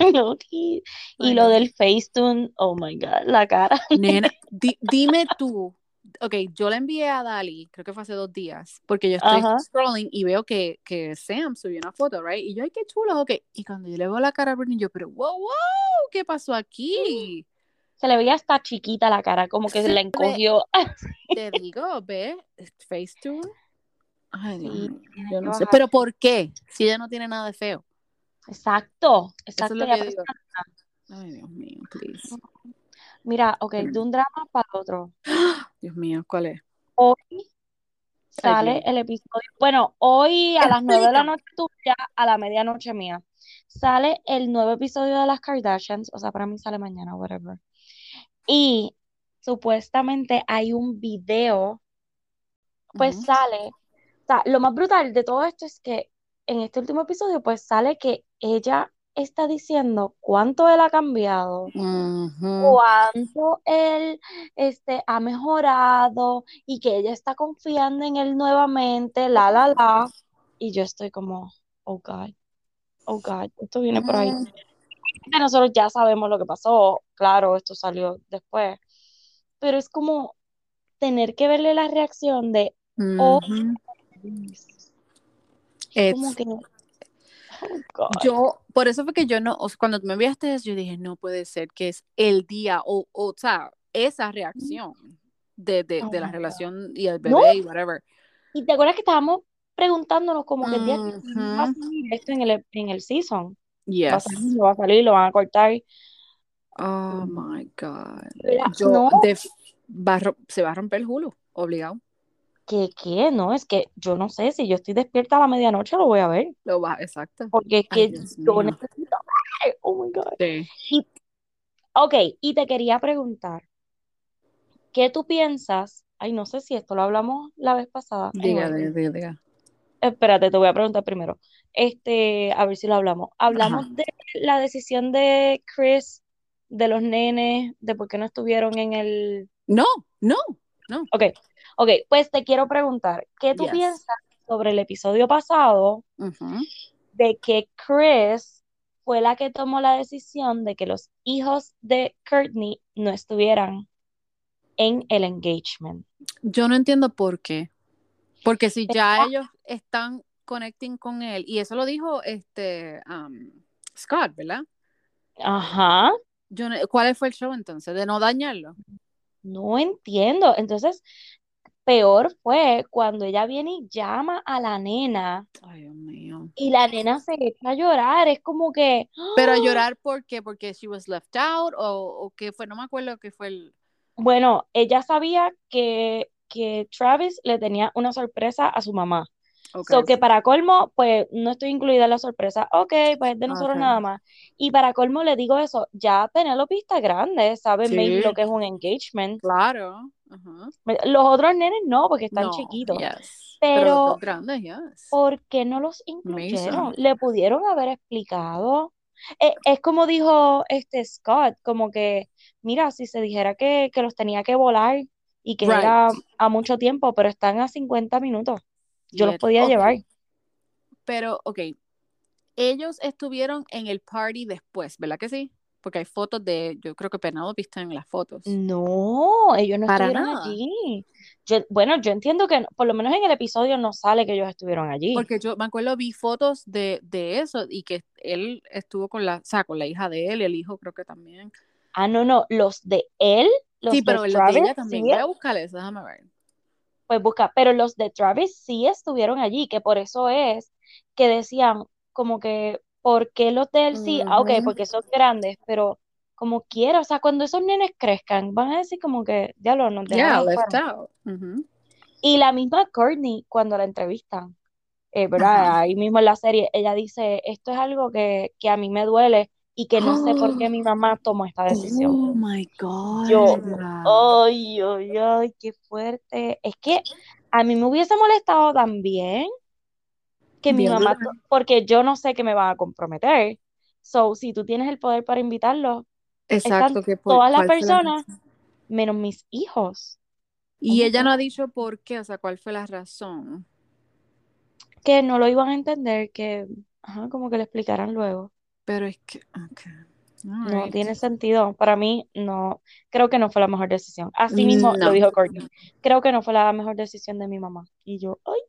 [SPEAKER 2] "Ay, no, Ah, y y
[SPEAKER 3] Ay,
[SPEAKER 2] lo
[SPEAKER 3] no.
[SPEAKER 2] del Facetune, oh my God, la cara.
[SPEAKER 3] Nena, di- dime tú. Ok, yo le envié a Dali, creo que fue hace dos días, porque yo estoy
[SPEAKER 2] Ajá.
[SPEAKER 3] scrolling y veo que, que Sam subió una foto, right? Y yo, ay, qué chulo, ok. Y cuando yo le veo la cara a Britney, yo, pero wow, wow, ¿qué pasó aquí?
[SPEAKER 2] Se le veía hasta chiquita la cara, como que se
[SPEAKER 3] Se
[SPEAKER 2] la
[SPEAKER 3] ve-
[SPEAKER 2] encogió.
[SPEAKER 3] Te digo, ve, Facetune. Ay, Dios
[SPEAKER 2] Sí,
[SPEAKER 3] mío,
[SPEAKER 2] tiene
[SPEAKER 3] yo
[SPEAKER 2] que
[SPEAKER 3] no sé.
[SPEAKER 2] bajar.
[SPEAKER 3] Pero ¿por qué? Si ella no tiene nada de feo.
[SPEAKER 2] Exacto,
[SPEAKER 3] Eso es
[SPEAKER 2] exacto.
[SPEAKER 3] lo
[SPEAKER 2] ya
[SPEAKER 3] que yo
[SPEAKER 2] pensé-
[SPEAKER 3] digo. Ay, Dios mío, please.
[SPEAKER 2] Mira, ok,
[SPEAKER 3] Mm.
[SPEAKER 2] de un drama para otro.
[SPEAKER 3] Dios mío, ¿cuál es?
[SPEAKER 2] Hoy sale
[SPEAKER 3] Dios.
[SPEAKER 2] el episodio. Bueno, hoy a las nueve de la
[SPEAKER 3] Explícame.
[SPEAKER 2] noche tuya, a la medianoche mía, sale el nuevo episodio de las Kardashians. O sea, para mí sale mañana, whatever. Y supuestamente hay un video, pues
[SPEAKER 3] Ujú.
[SPEAKER 2] sale. O sea, lo más brutal de todo esto es que en este último episodio, pues sale que ella está diciendo cuánto él ha cambiado.
[SPEAKER 3] Ujú.
[SPEAKER 2] cuánto él este, ha mejorado y que ella está confiando en él nuevamente, la, la, la. Y yo estoy como, oh God, oh God, esto viene por ahí. Ya Nosotros ya sabemos lo que pasó, claro, esto salió después, pero es como tener que verle la reacción de, oh,
[SPEAKER 3] Ujú.
[SPEAKER 2] es
[SPEAKER 3] It's-
[SPEAKER 2] como que, oh God.
[SPEAKER 3] Yo, por eso fue que yo no, o sea, cuando tú me enviaste eso, yo dije, no puede ser que es el día, o, o, o sea, esa reacción de, de,
[SPEAKER 2] Oh
[SPEAKER 3] de la
[SPEAKER 2] my God.
[SPEAKER 3] relación y el
[SPEAKER 2] No.
[SPEAKER 3] bebé y whatever.
[SPEAKER 2] Y te acuerdas que estábamos preguntándonos como que el día que va a
[SPEAKER 3] Ujú.
[SPEAKER 2] salir esto en el, e-, en el season. va a
[SPEAKER 3] Yes.
[SPEAKER 2] salir, no va a salir, lo van a cortar.
[SPEAKER 3] Oh my God.
[SPEAKER 2] Mira,
[SPEAKER 3] Yo,
[SPEAKER 2] no,
[SPEAKER 3] de- va a ro- se va a romper el Hulu, obligado.
[SPEAKER 2] que qué, no, es que yo no sé, si yo estoy despierta a la medianoche lo voy a ver,
[SPEAKER 3] Lo va, exacto.
[SPEAKER 2] porque es que
[SPEAKER 3] Ay, Dios
[SPEAKER 2] yo
[SPEAKER 3] mío.
[SPEAKER 2] necesito ver, oh my God.
[SPEAKER 3] Sí.
[SPEAKER 2] Y, ok, y te quería preguntar, ¿qué tú piensas? Ay, no sé si esto lo hablamos la vez pasada.
[SPEAKER 3] Diga,
[SPEAKER 2] Anyway,
[SPEAKER 3] diga, diga, diga.
[SPEAKER 2] espérate, te voy a preguntar primero. Este, a ver si lo hablamos. Hablamos
[SPEAKER 3] Ajá.
[SPEAKER 2] de la decisión de Chris, de los nenes, de por qué no estuvieron en el...
[SPEAKER 3] No, no.
[SPEAKER 2] Ok, ok, pues te quiero preguntar, ¿qué tú
[SPEAKER 3] Yes.
[SPEAKER 2] piensas sobre el episodio pasado
[SPEAKER 3] Ujú.
[SPEAKER 2] de que Chris fue la que tomó la decisión de que los hijos de Courtney no estuvieran en el engagement?
[SPEAKER 3] Yo no entiendo por qué. Porque si ya
[SPEAKER 2] Exacto.
[SPEAKER 3] ellos están connecting con él, y eso lo dijo este um, Scott, ¿verdad?
[SPEAKER 2] Ajá,
[SPEAKER 3] Yo no- ¿Cuál fue el show entonces? De no dañarlo.
[SPEAKER 2] no entiendo. Entonces, peor fue cuando ella viene y llama a la nena
[SPEAKER 3] Ay, Dios mío.
[SPEAKER 2] y la nena se echa a llorar, es como que...
[SPEAKER 3] Pero
[SPEAKER 2] ¡ah!
[SPEAKER 3] llorar por qué? Porque she was left out o, o qué fue, no me acuerdo qué fue el.
[SPEAKER 2] Bueno, ella sabía que, que Travis le tenía una sorpresa a su mamá.
[SPEAKER 3] Ok.
[SPEAKER 2] So que para colmo, pues no estoy incluida en la sorpresa. Ok, pues es de nosotros
[SPEAKER 3] Ok.
[SPEAKER 2] nada más. Y para colmo le digo eso, ya Penélope está grande, sabe maybe
[SPEAKER 3] Sí.
[SPEAKER 2] lo que es un engagement.
[SPEAKER 3] Claro. Ajá.
[SPEAKER 2] Me- Los otros nenes no, porque están
[SPEAKER 3] No,
[SPEAKER 2] chiquitos.
[SPEAKER 3] yes. Pero los dos
[SPEAKER 2] Pero,
[SPEAKER 3] grandes, yes.
[SPEAKER 2] ¿por qué no los incluyeron?
[SPEAKER 3] Amazing.
[SPEAKER 2] Le pudieron haber explicado. E- es como dijo este Scott, como que, mira, si se dijera que, que los tenía que volar y que
[SPEAKER 3] Right.
[SPEAKER 2] era a mucho tiempo, pero están a 50 minutos. Yo los
[SPEAKER 3] Yes.
[SPEAKER 2] podía
[SPEAKER 3] Ok,
[SPEAKER 2] llevar.
[SPEAKER 3] Pero, ok. Ellos estuvieron en el party después, ¿verdad que sí? Porque hay fotos de, yo creo que Penélope está en las fotos.
[SPEAKER 2] Mm, No, ellos no
[SPEAKER 3] Para
[SPEAKER 2] estuvieron
[SPEAKER 3] nada.
[SPEAKER 2] allí. Yo, bueno, yo entiendo que no- por lo menos en el episodio no sale que ellos estuvieron allí.
[SPEAKER 3] Porque yo me acuerdo, vi fotos de, de eso y que él estuvo con la, o sea, con la hija de él, el hijo creo que también.
[SPEAKER 2] Ah, no, no, los de él,
[SPEAKER 3] Sí,
[SPEAKER 2] los de
[SPEAKER 3] pero el de
[SPEAKER 2] Travis
[SPEAKER 3] ella
[SPEAKER 2] sí,
[SPEAKER 3] también. Voy a buscar eso, déjame ver.
[SPEAKER 2] pues busca, pero los de Travis sí estuvieron allí, que por eso es que decían como que, ¿por qué los de él sí? Ah, ok,
[SPEAKER 3] Ujú.
[SPEAKER 2] porque son grandes, pero como quiera, o sea, cuando esos nenes crezcan, van a decir como que, ya lo, nos
[SPEAKER 3] Yeah,
[SPEAKER 2] dejaron
[SPEAKER 3] left
[SPEAKER 2] afuera.
[SPEAKER 3] out. Ujú.
[SPEAKER 2] Y la misma Courtney, cuando la entrevistan, eh, ¿verdad?
[SPEAKER 3] Ajá.
[SPEAKER 2] Ahí mismo en la serie, ella dice, esto es algo que, que a mí me duele y que no sé por qué mi mamá tomó esta decisión.
[SPEAKER 3] Oh my God.
[SPEAKER 2] Yo, oh, Ay, ay, ay, qué fuerte. Es que a mí me hubiese molestado también que mi
[SPEAKER 3] Bien.
[SPEAKER 2] mamá, to- porque yo no sé que me van a comprometer. So, si tú tienes el poder para invitarlos,
[SPEAKER 3] Exacto, que por-
[SPEAKER 2] todas las
[SPEAKER 3] Pues, ¿cuál fue la
[SPEAKER 2] personas.
[SPEAKER 3] razón?
[SPEAKER 2] menos mis hijos,
[SPEAKER 3] Y ella no ha dicho por qué, o sea, cuál fue la razón.
[SPEAKER 2] que no lo iban a entender, que, ajá, como que lo explicaran luego.
[SPEAKER 3] Pero es que, ok. All
[SPEAKER 2] No
[SPEAKER 3] right.
[SPEAKER 2] tiene sentido. Para mí, no, creo que no fue la mejor decisión. Así mismo lo
[SPEAKER 3] Mm, No.
[SPEAKER 2] dijo Courtney. Creo que no fue la mejor decisión de mi mamá. Y yo, ay,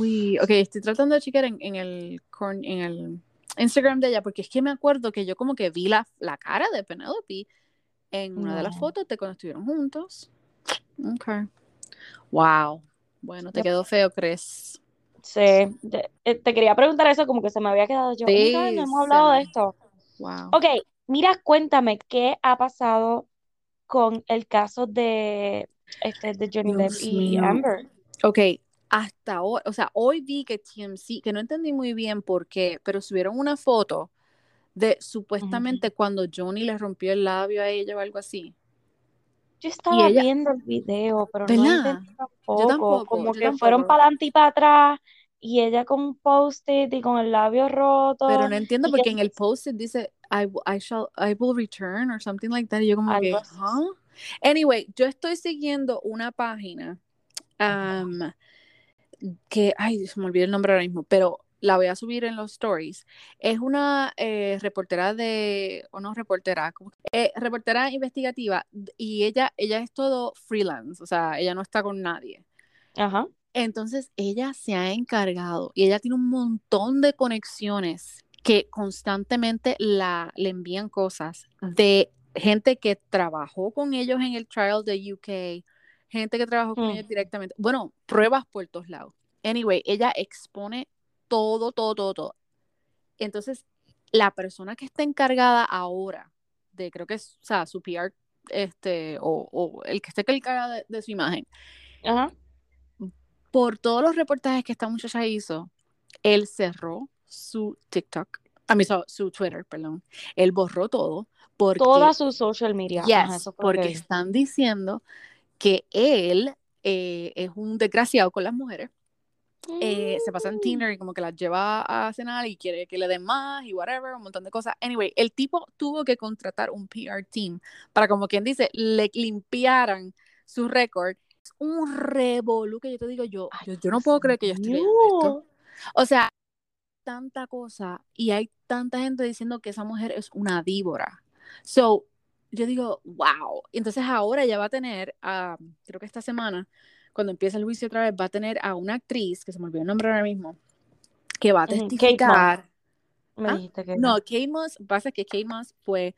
[SPEAKER 3] Uy, ok, estoy tratando de chequear en, en el, corn- en el Instagram de ella, porque es que me acuerdo que yo como que vi la, la cara de Penelope en una de las
[SPEAKER 2] No.
[SPEAKER 3] fotos de cuando estuvieron juntos. Ok. Wow. Bueno, te
[SPEAKER 2] Yep.
[SPEAKER 3] quedó feo, Chris.
[SPEAKER 2] sé, te, eh, te quería preguntar eso, como que se me había quedado yo.
[SPEAKER 3] Sí,
[SPEAKER 2] "Mira, no hemos
[SPEAKER 3] se
[SPEAKER 2] hablado de
[SPEAKER 3] me-
[SPEAKER 2] esto.
[SPEAKER 3] Wow.
[SPEAKER 2] Ok, mira, cuéntame qué ha pasado con el caso de, este, de Johnny Depp
[SPEAKER 3] Dios
[SPEAKER 2] y
[SPEAKER 3] mío.
[SPEAKER 2] Amber.
[SPEAKER 3] Ok, hasta hoy, o sea, hoy vi que TMC, que no entendí muy bien por qué, pero subieron una foto de supuestamente cuando Johnny le rompió el labio a ella o algo así.
[SPEAKER 2] Yo estaba
[SPEAKER 3] ella-
[SPEAKER 2] viendo el video, pero no
[SPEAKER 3] ¿Verdad?
[SPEAKER 2] entendí tampoco.
[SPEAKER 3] tampoco,
[SPEAKER 2] Como
[SPEAKER 3] yo
[SPEAKER 2] que fueron
[SPEAKER 3] tampoco.
[SPEAKER 2] para adelante y para atrás, y ella con un post-it y con el labio roto.
[SPEAKER 3] Pero no entiendo
[SPEAKER 2] y
[SPEAKER 3] porque
[SPEAKER 2] que-
[SPEAKER 3] en el post it dice I, w- I shall I will return or something like that. Y yo como
[SPEAKER 2] Algo
[SPEAKER 3] que,
[SPEAKER 2] así.
[SPEAKER 3] "Huh?" Anyway, yo estoy siguiendo una página um, que, ay, se me olvidó el nombre ahora mismo, pero la voy a subir en los stories. Es una eh, reportera de, o no reportera, ¿cómo que? Eh, reportera investigativa y ella, ella es todo freelance, o sea, ella no está con nadie.
[SPEAKER 2] Ajá.
[SPEAKER 3] Entonces ella se ha encargado y ella tiene un montón de conexiones que constantemente la, le envían cosas de gente que trabajó con ellos en el trial de UK, gente que trabajó con
[SPEAKER 2] Mm.
[SPEAKER 3] ellos directamente. Bueno, pruebas por todos lados. Anyway, ella expone todo, todo, todo, todo. Entonces, la persona que está encargada ahora de, creo que es, o sea, su PR, este, o, o el que esté encargada de- de su imagen
[SPEAKER 2] Ajá.
[SPEAKER 3] por todos los reportajes que esta muchacha hizo, él cerró su TikTok, a mí, su, su Twitter, perdón. Él borró todo porque,
[SPEAKER 2] Toda su social media.
[SPEAKER 3] Yes,
[SPEAKER 2] Ajá, eso fue lo que
[SPEAKER 3] porque
[SPEAKER 2] vi.
[SPEAKER 3] están diciendo que él eh, es un desgraciado con las mujeres. Eh, se pasa en
[SPEAKER 2] Mm.
[SPEAKER 3] Tinder y como que las lleva a cenar y quiere que le den más y whatever, un montón de cosas. Anyway, el tipo tuvo que contratar un PR team para, como quien dice, le limpiaran su récord. Es un revolú que yo te digo, yo,
[SPEAKER 2] Ay,
[SPEAKER 3] yo, yo no
[SPEAKER 2] Dios
[SPEAKER 3] puedo creer que yo estoy leyendo esto.
[SPEAKER 2] mío.
[SPEAKER 3] O sea, tanta cosa y hay tanta gente diciendo que esa mujer es una víbora. So, yo digo, wow. Entonces ahora ya va a tener, ah, creo que esta semana, cuando empieza el juicio otra vez, va a tener a una actriz, que se me olvidó el nombre ahora mismo, que va a
[SPEAKER 2] Ujú, Kate Moss.
[SPEAKER 3] testificar.
[SPEAKER 2] Me
[SPEAKER 3] ¿Ah?
[SPEAKER 2] dijiste que
[SPEAKER 3] No, Kate Moss, pasa que Kate Moss fue,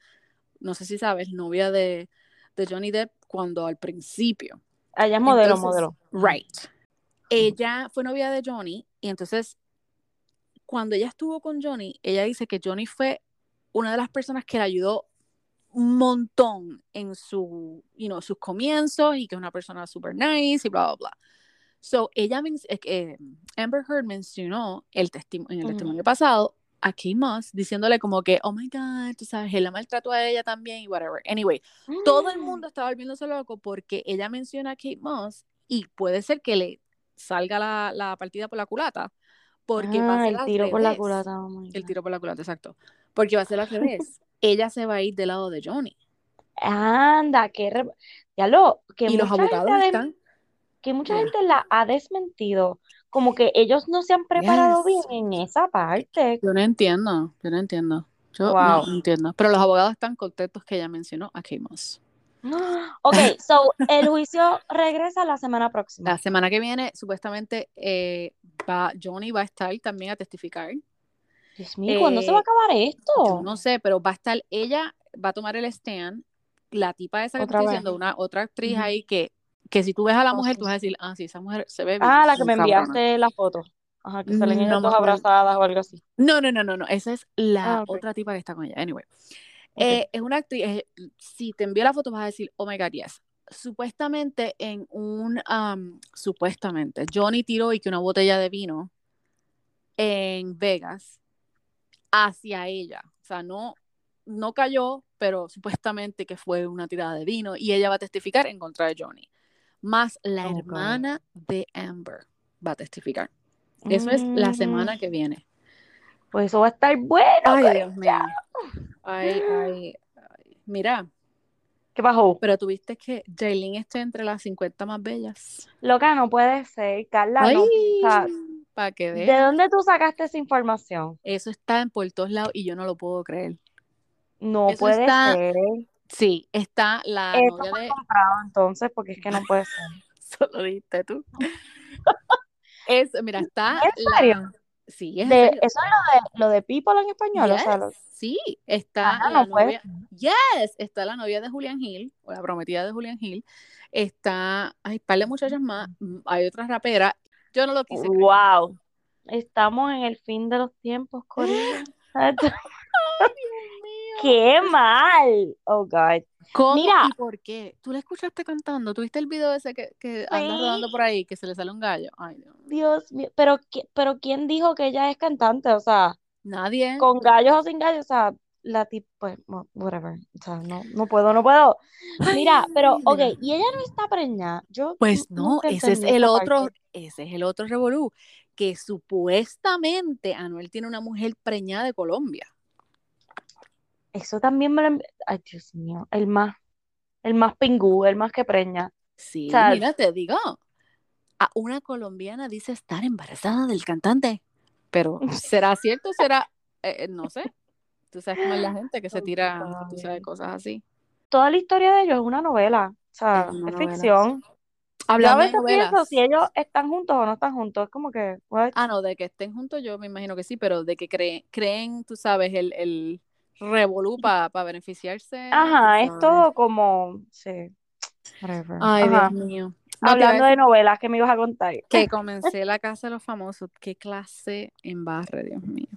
[SPEAKER 3] no sé si sabes, novia de, de Johnny Depp cuando al principio.
[SPEAKER 2] Ah, ella es modelo,
[SPEAKER 3] Entonces,
[SPEAKER 2] modelo.
[SPEAKER 3] Right. Ella fue novia de Johnny y entonces cuando ella estuvo con Johnny, ella dice que Johnny fue una de las personas que le ayudó un montón en su, you know, sus comienzos y que es una persona super nice y bla, bla, bla. So, ella, men- eh, eh, Amber Heard mencionó el testimo- en el
[SPEAKER 2] Ujú.
[SPEAKER 3] testimonio pasado a Kate Moss diciéndole como que, oh my God, tú sabes, él la maltrató a ella también y whatever. Anyway, todo el
[SPEAKER 2] Mm.
[SPEAKER 3] mundo está volviéndose loco porque ella menciona a Kate Moss y puede ser que le salga la, la partida por la culata, porque va a
[SPEAKER 2] Ah,
[SPEAKER 3] ser
[SPEAKER 2] el
[SPEAKER 3] al
[SPEAKER 2] tiro por la
[SPEAKER 3] revés.
[SPEAKER 2] culata. oh my
[SPEAKER 3] El
[SPEAKER 2] God.
[SPEAKER 3] tiro por la culata, exacto. Porque va a ser al revés. Ella se va a ir del lado de Johnny.
[SPEAKER 2] Anda, que re- ya lo, que
[SPEAKER 3] Y los
[SPEAKER 2] mucha gente
[SPEAKER 3] abogados
[SPEAKER 2] ha de-
[SPEAKER 3] están.
[SPEAKER 2] que mucha
[SPEAKER 3] Ya.
[SPEAKER 2] gente la ha desmentido, como que ellos no se han preparado
[SPEAKER 3] Yes.
[SPEAKER 2] bien en esa parte.
[SPEAKER 3] Yo no entiendo, yo no entiendo. Yo no
[SPEAKER 2] Wow.
[SPEAKER 3] entiendo. Pero los abogados están contentos que ella mencionó a Kate Moss.
[SPEAKER 2] Ok, so el juicio regresa la semana
[SPEAKER 3] La
[SPEAKER 2] próxima.
[SPEAKER 3] semana que viene, supuestamente, eh, va, Johnny va a estar también a testificar.
[SPEAKER 2] Dios mío, ¿cuándo se va a
[SPEAKER 3] Eh,
[SPEAKER 2] acabar
[SPEAKER 3] Yo
[SPEAKER 2] esto?
[SPEAKER 3] no sé, pero va a estar, ella va a tomar el stand, la tipa esa que te
[SPEAKER 2] Otra
[SPEAKER 3] estoy
[SPEAKER 2] vez.
[SPEAKER 3] diciendo, una otra actriz
[SPEAKER 2] Ujú.
[SPEAKER 3] ahí que, que si tú ves a la
[SPEAKER 2] Oh,
[SPEAKER 3] mujer,
[SPEAKER 2] sí,
[SPEAKER 3] tú vas a decir, ah, sí, esa mujer se ve bien,
[SPEAKER 2] Ah, la que
[SPEAKER 3] bien
[SPEAKER 2] me
[SPEAKER 3] cabrona.
[SPEAKER 2] enviaste la foto. Ajá, que salen ellas
[SPEAKER 3] Mm, No me
[SPEAKER 2] dos
[SPEAKER 3] acuerdo.
[SPEAKER 2] abrazadas o algo así.
[SPEAKER 3] No, no, no, no, no, esa es la
[SPEAKER 2] Ah, ok.
[SPEAKER 3] otra tipa que está con ella. Anyway,
[SPEAKER 2] ok.
[SPEAKER 3] Eh, es una actriz, es- si te envío la foto vas a decir, oh my God, yes. Supuestamente en un, um, supuestamente, Johnny tiró y que una botella de vino en Vegas hacia ella, o sea, no no cayó, pero supuestamente que fue una tirada de vino y ella va a testificar en contra de Johnny. Más la
[SPEAKER 2] Oh,
[SPEAKER 3] hermana de Amber va a testificar. Eso es la
[SPEAKER 2] Mm,
[SPEAKER 3] semana que viene.
[SPEAKER 2] Pues eso va a estar bueno.
[SPEAKER 3] Ay,
[SPEAKER 2] coño.
[SPEAKER 3] Dios mío. Ay, ay, ay. Mira,
[SPEAKER 2] ¿Qué pasó?
[SPEAKER 3] pero tuviste que Jaylin esté entre las 50 más bellas.
[SPEAKER 2] Loca, no puede ser. Carla, no. sea,
[SPEAKER 3] para que veas.
[SPEAKER 2] ¿De dónde tú sacaste esa información?
[SPEAKER 3] Eso está en por todos lados y yo no lo puedo creer.
[SPEAKER 2] No
[SPEAKER 3] Eso
[SPEAKER 2] puede
[SPEAKER 3] está-
[SPEAKER 2] ser.
[SPEAKER 3] Sí, está la
[SPEAKER 2] Eso
[SPEAKER 3] novia
[SPEAKER 2] fue
[SPEAKER 3] de.
[SPEAKER 2] comprado entonces, porque es que no puede ser.
[SPEAKER 3] Solo dijiste tú. Es, mira, está.
[SPEAKER 2] ¿En
[SPEAKER 3] la-
[SPEAKER 2] serio?
[SPEAKER 3] Sí, es
[SPEAKER 2] De-
[SPEAKER 3] en serio.
[SPEAKER 2] eso es lo de, lo de people en español, o sea, lo-
[SPEAKER 3] Yes, Sí, está
[SPEAKER 2] Ajá,
[SPEAKER 3] la
[SPEAKER 2] no pues. puede
[SPEAKER 3] novia. Yes, está la novia de Julián Hill, o la prometida de Julián Hill. Está. Hay un par de muchachas más. mm, Hay otra rapera. Yo no lo quise creer.
[SPEAKER 2] wow. Estamos en el fin de los tiempos, Corina. ¡Qué mal! Oh, God.
[SPEAKER 3] ¿Cómo
[SPEAKER 2] Mira.
[SPEAKER 3] y por qué? ¿Tú la escuchaste cantando? ¿Tuviste el video ese que, que anda
[SPEAKER 2] Sí.
[SPEAKER 3] rodando por ahí, que se le sale un gallo? Ay, Dios.
[SPEAKER 2] Dios mío. Pero, qui- pero ¿quién dijo que ella es cantante? O sea,
[SPEAKER 3] Nadie.
[SPEAKER 2] con gallos o sin gallos, o sea, la tipa, pues, mo- whatever. O sea, no, no puedo, no puedo.
[SPEAKER 3] Ay,
[SPEAKER 2] Mira, pero, ok,
[SPEAKER 3] mira.
[SPEAKER 2] y ella no está preñada. Yo
[SPEAKER 3] Pues
[SPEAKER 2] nu-
[SPEAKER 3] no,
[SPEAKER 2] nunca
[SPEAKER 3] ese es
[SPEAKER 2] entendí
[SPEAKER 3] el
[SPEAKER 2] esa
[SPEAKER 3] otro,
[SPEAKER 2] parte.
[SPEAKER 3] ese es el otro revolú, que supuestamente Anuel tiene una mujer preñada de Colombia.
[SPEAKER 2] Eso también me lo... envi- Ay, Dios mío, el más, el más pingú, el más que preña.
[SPEAKER 3] Sí,
[SPEAKER 2] O sea,
[SPEAKER 3] mira, te digo, a una colombiana dice estar embarazada del cantante, pero ¿será cierto? ¿Será? Eh, eh, no sé. Tú sabes cómo es la gente que se tira, tú sabes, cosas así.
[SPEAKER 2] Toda la historia de ellos es una novela, o sea,
[SPEAKER 3] Es una
[SPEAKER 2] es
[SPEAKER 3] novela.
[SPEAKER 2] ficción. Yo a
[SPEAKER 3] Hablando de
[SPEAKER 2] veces pienso
[SPEAKER 3] novelas.
[SPEAKER 2] si ellos están juntos o no están juntos, es como que, what?
[SPEAKER 3] Ah, no, de que estén juntos yo me imagino que sí, pero de que creen, creen tú sabes, el, el revolú para beneficiarse.
[SPEAKER 2] Ajá,
[SPEAKER 3] tú
[SPEAKER 2] es
[SPEAKER 3] sabes.
[SPEAKER 2] todo como, sí, whatever.
[SPEAKER 3] Ay,
[SPEAKER 2] Ajá.
[SPEAKER 3] Dios mío. No, te iba a
[SPEAKER 2] Hablando de novelas que me ibas a contar.
[SPEAKER 3] Que comencé la casa de los famosos. Qué clase en barre, Dios mío.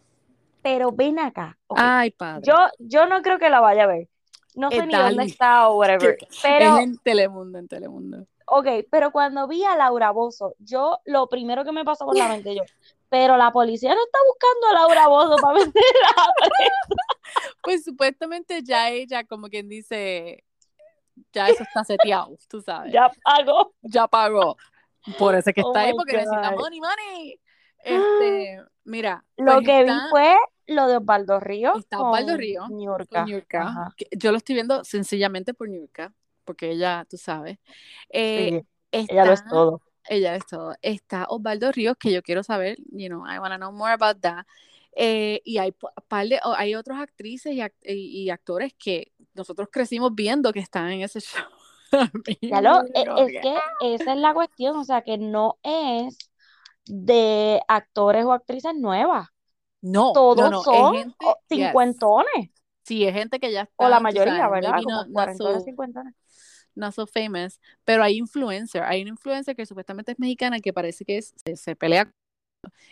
[SPEAKER 2] Pero ven acá. ok.
[SPEAKER 3] Ay, padre.
[SPEAKER 2] Yo, yo no creo que la vaya a ver. No sé
[SPEAKER 3] Eh,
[SPEAKER 2] ni
[SPEAKER 3] dale.
[SPEAKER 2] dónde está o whatever. Pero,
[SPEAKER 3] Es en Telemundo, en Telemundo.
[SPEAKER 2] ok, pero cuando vi a Laura Bozo, yo lo primero que me pasó por la mente yo, pero la policía no está buscando a Laura Bozo para meterla.
[SPEAKER 3] Pues supuestamente ya ella, como quien dice, ya eso está seteado, tú sabes. Ya,
[SPEAKER 2] Ya pagó.
[SPEAKER 3] pagó. Por eso es que
[SPEAKER 2] Oh
[SPEAKER 3] está ahí,
[SPEAKER 2] my
[SPEAKER 3] porque
[SPEAKER 2] God.
[SPEAKER 3] necesita money, money. Este, mira.
[SPEAKER 2] Lo
[SPEAKER 3] pues
[SPEAKER 2] que vi
[SPEAKER 3] está-
[SPEAKER 2] fue lo de Osvaldo Ríos.
[SPEAKER 3] Está
[SPEAKER 2] con
[SPEAKER 3] Osvaldo Ríos con
[SPEAKER 2] Niurka.
[SPEAKER 3] con Niurka,
[SPEAKER 2] Ajá.
[SPEAKER 3] que Yo lo estoy viendo sencillamente por Niurka, porque ella, tú sabes. Eh,
[SPEAKER 2] Sí, ella lo es
[SPEAKER 3] está-
[SPEAKER 2] todo.
[SPEAKER 3] Ella es todo. Está Osvaldo Ríos, que yo quiero saber, you know, I want to know more about that. Eh, y hay, pa- par de- o- hay otras actrices y, act- y- y actores que nosotros crecimos viendo que están en ese show. A mí
[SPEAKER 2] Ya lo,
[SPEAKER 3] me
[SPEAKER 2] e-
[SPEAKER 3] digo
[SPEAKER 2] es que esa es la cuestión, o sea, que no es de actores o actrices nuevas.
[SPEAKER 3] No,
[SPEAKER 2] todos
[SPEAKER 3] no, no, es
[SPEAKER 2] son
[SPEAKER 3] gente-
[SPEAKER 2] o-
[SPEAKER 3] yes.
[SPEAKER 2] cincuentones,
[SPEAKER 3] Sí, es gente que ya está.
[SPEAKER 2] o la
[SPEAKER 3] tú
[SPEAKER 2] mayoría,
[SPEAKER 3] sabes,
[SPEAKER 2] ¿verdad?
[SPEAKER 3] maybe
[SPEAKER 2] Como
[SPEAKER 3] not- not so-
[SPEAKER 2] cuarentones, cincuentones.
[SPEAKER 3] not so famous, pero hay influencer, hay una influencer que supuestamente es mexicana que parece que es- se, se pelea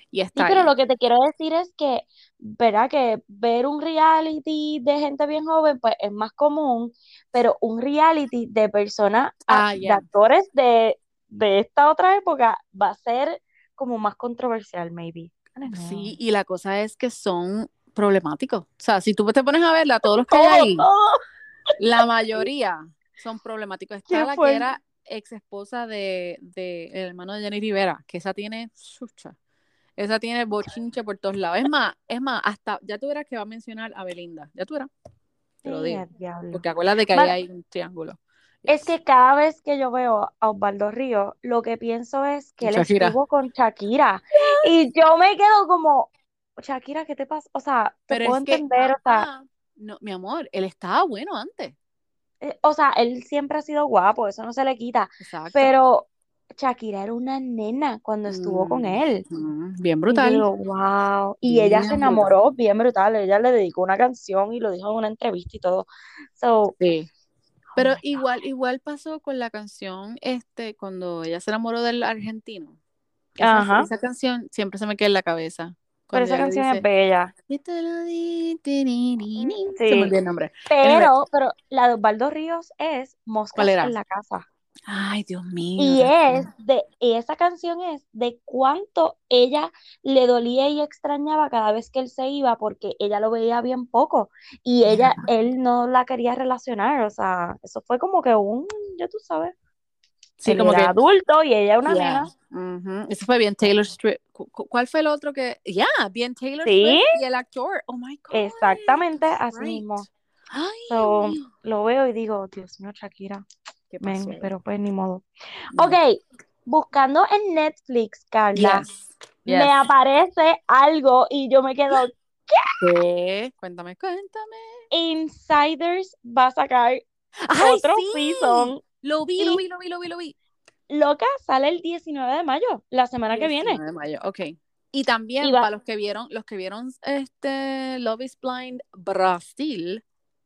[SPEAKER 3] y
[SPEAKER 2] Sí,
[SPEAKER 3] está
[SPEAKER 2] pero
[SPEAKER 3] ahí.
[SPEAKER 2] lo que te quiero decir es que, ¿verdad? Que ver un reality de gente bien joven, pues es más común, pero un reality de personas, a-
[SPEAKER 3] Ah,
[SPEAKER 2] de
[SPEAKER 3] ya.
[SPEAKER 2] actores de, de esta otra época, va a ser como más controversial, maybe. I don't know.
[SPEAKER 3] Sí, y la cosa es que son problemáticos. O sea, si tú te pones a verla, todos los que hay
[SPEAKER 2] Todo,
[SPEAKER 3] ahí,
[SPEAKER 2] todo.
[SPEAKER 3] la mayoría son problemáticos.
[SPEAKER 2] Qué
[SPEAKER 3] Está la que
[SPEAKER 2] fuerte.
[SPEAKER 3] era ex esposa de, de el hermano de Jenny Rivera, que esa tiene chucha. Esa tiene bochinche por todos lados. Es más, es más, hasta ya tú verás que va a mencionar a Belinda. Ya tú verás. Te lo
[SPEAKER 2] Sí,
[SPEAKER 3] digo.
[SPEAKER 2] al diablo.
[SPEAKER 3] Porque acuérdate que
[SPEAKER 2] Bueno,
[SPEAKER 3] ahí hay un triángulo.
[SPEAKER 2] Es
[SPEAKER 3] Yes.
[SPEAKER 2] que cada vez que yo veo a Osvaldo Ríos, lo que pienso es que él
[SPEAKER 3] Shakira.
[SPEAKER 2] estuvo con Shakira. Y yo me quedo como, Shakira, ¿qué te pasa? O sea, te
[SPEAKER 3] Pero
[SPEAKER 2] puedo
[SPEAKER 3] es que,
[SPEAKER 2] entender, o sea,
[SPEAKER 3] ajá, no, mi amor, él estaba bueno antes.
[SPEAKER 2] eh, o sea, él siempre ha sido guapo, eso no se le quita.
[SPEAKER 3] Exacto.
[SPEAKER 2] Pero Shakira era una nena cuando estuvo con
[SPEAKER 3] Mm,
[SPEAKER 2] él.
[SPEAKER 3] mm, bien
[SPEAKER 2] Y yo
[SPEAKER 3] brutal.
[SPEAKER 2] digo, wow. Y ella se
[SPEAKER 3] Bien
[SPEAKER 2] enamoró bien brutal. Ella le dedicó una canción y lo dijo en una entrevista y todo. So,
[SPEAKER 3] Sí.
[SPEAKER 2] oh
[SPEAKER 3] Pero
[SPEAKER 2] my God.
[SPEAKER 3] igual, igual pasó con la canción, este, cuando ella se enamoró del argentino. Esa,
[SPEAKER 2] Ajá.
[SPEAKER 3] esa canción siempre se me queda en la cabeza.
[SPEAKER 2] Pero
[SPEAKER 3] Cuando
[SPEAKER 2] esa
[SPEAKER 3] ella le
[SPEAKER 2] canción es
[SPEAKER 3] dice,
[SPEAKER 2] bella.
[SPEAKER 3] "Yo te lo di, ti, ni, ni, ni". se me
[SPEAKER 2] Sí.
[SPEAKER 3] olvidó el nombre. Anyway.
[SPEAKER 2] Pero, pero la de Osvaldo Ríos es
[SPEAKER 3] ¿Cuál
[SPEAKER 2] Moscas
[SPEAKER 3] era?
[SPEAKER 2] en la casa.
[SPEAKER 3] Ay, Dios mío.
[SPEAKER 2] Y
[SPEAKER 3] Dios mío.
[SPEAKER 2] es de, y esa canción es de cuánto ella le dolía y extrañaba cada vez que él se iba, porque ella lo veía bien poco y ella, él no la quería relacionar, o sea, eso fue como que un, ya tú sabes,
[SPEAKER 3] Sí,
[SPEAKER 2] él
[SPEAKER 3] como
[SPEAKER 2] era
[SPEAKER 3] que.
[SPEAKER 2] adulto y ella una
[SPEAKER 3] Yeah.
[SPEAKER 2] nena.
[SPEAKER 3] Ujú. Eso fue bien Taylor Swift. Cu- cu- ¿Cuál fue el otro que? Ya, bien Taylor
[SPEAKER 2] Sí.
[SPEAKER 3] Swift y el actor. Oh my God.
[SPEAKER 2] Exactamente,
[SPEAKER 3] that's
[SPEAKER 2] así mismo.
[SPEAKER 3] Ay,
[SPEAKER 2] So,
[SPEAKER 3] Dios mío.
[SPEAKER 2] Lo veo y digo, Dios mío, Shakira,
[SPEAKER 3] ¿Qué
[SPEAKER 2] men,
[SPEAKER 3] pasó?
[SPEAKER 2] pero pues ni modo.
[SPEAKER 3] No.
[SPEAKER 2] Ok, buscando en Netflix, Carla,
[SPEAKER 3] Yes.
[SPEAKER 2] me
[SPEAKER 3] yes.
[SPEAKER 2] aparece algo y yo me quedo,
[SPEAKER 3] ¿Qué? Cuéntame, cuéntame.
[SPEAKER 2] Insiders va a sacar
[SPEAKER 3] Ay,
[SPEAKER 2] otro
[SPEAKER 3] sí.
[SPEAKER 2] season.
[SPEAKER 3] Lo vi,
[SPEAKER 2] Y-
[SPEAKER 3] lo vi, lo vi, lo vi, lo vi.
[SPEAKER 2] Loca sale el 19 de mayo, la semana que viene.
[SPEAKER 3] 19 de mayo, ok. Y también
[SPEAKER 2] Y va-
[SPEAKER 3] para los que vieron, los que vieron este Love is Blind Brasil,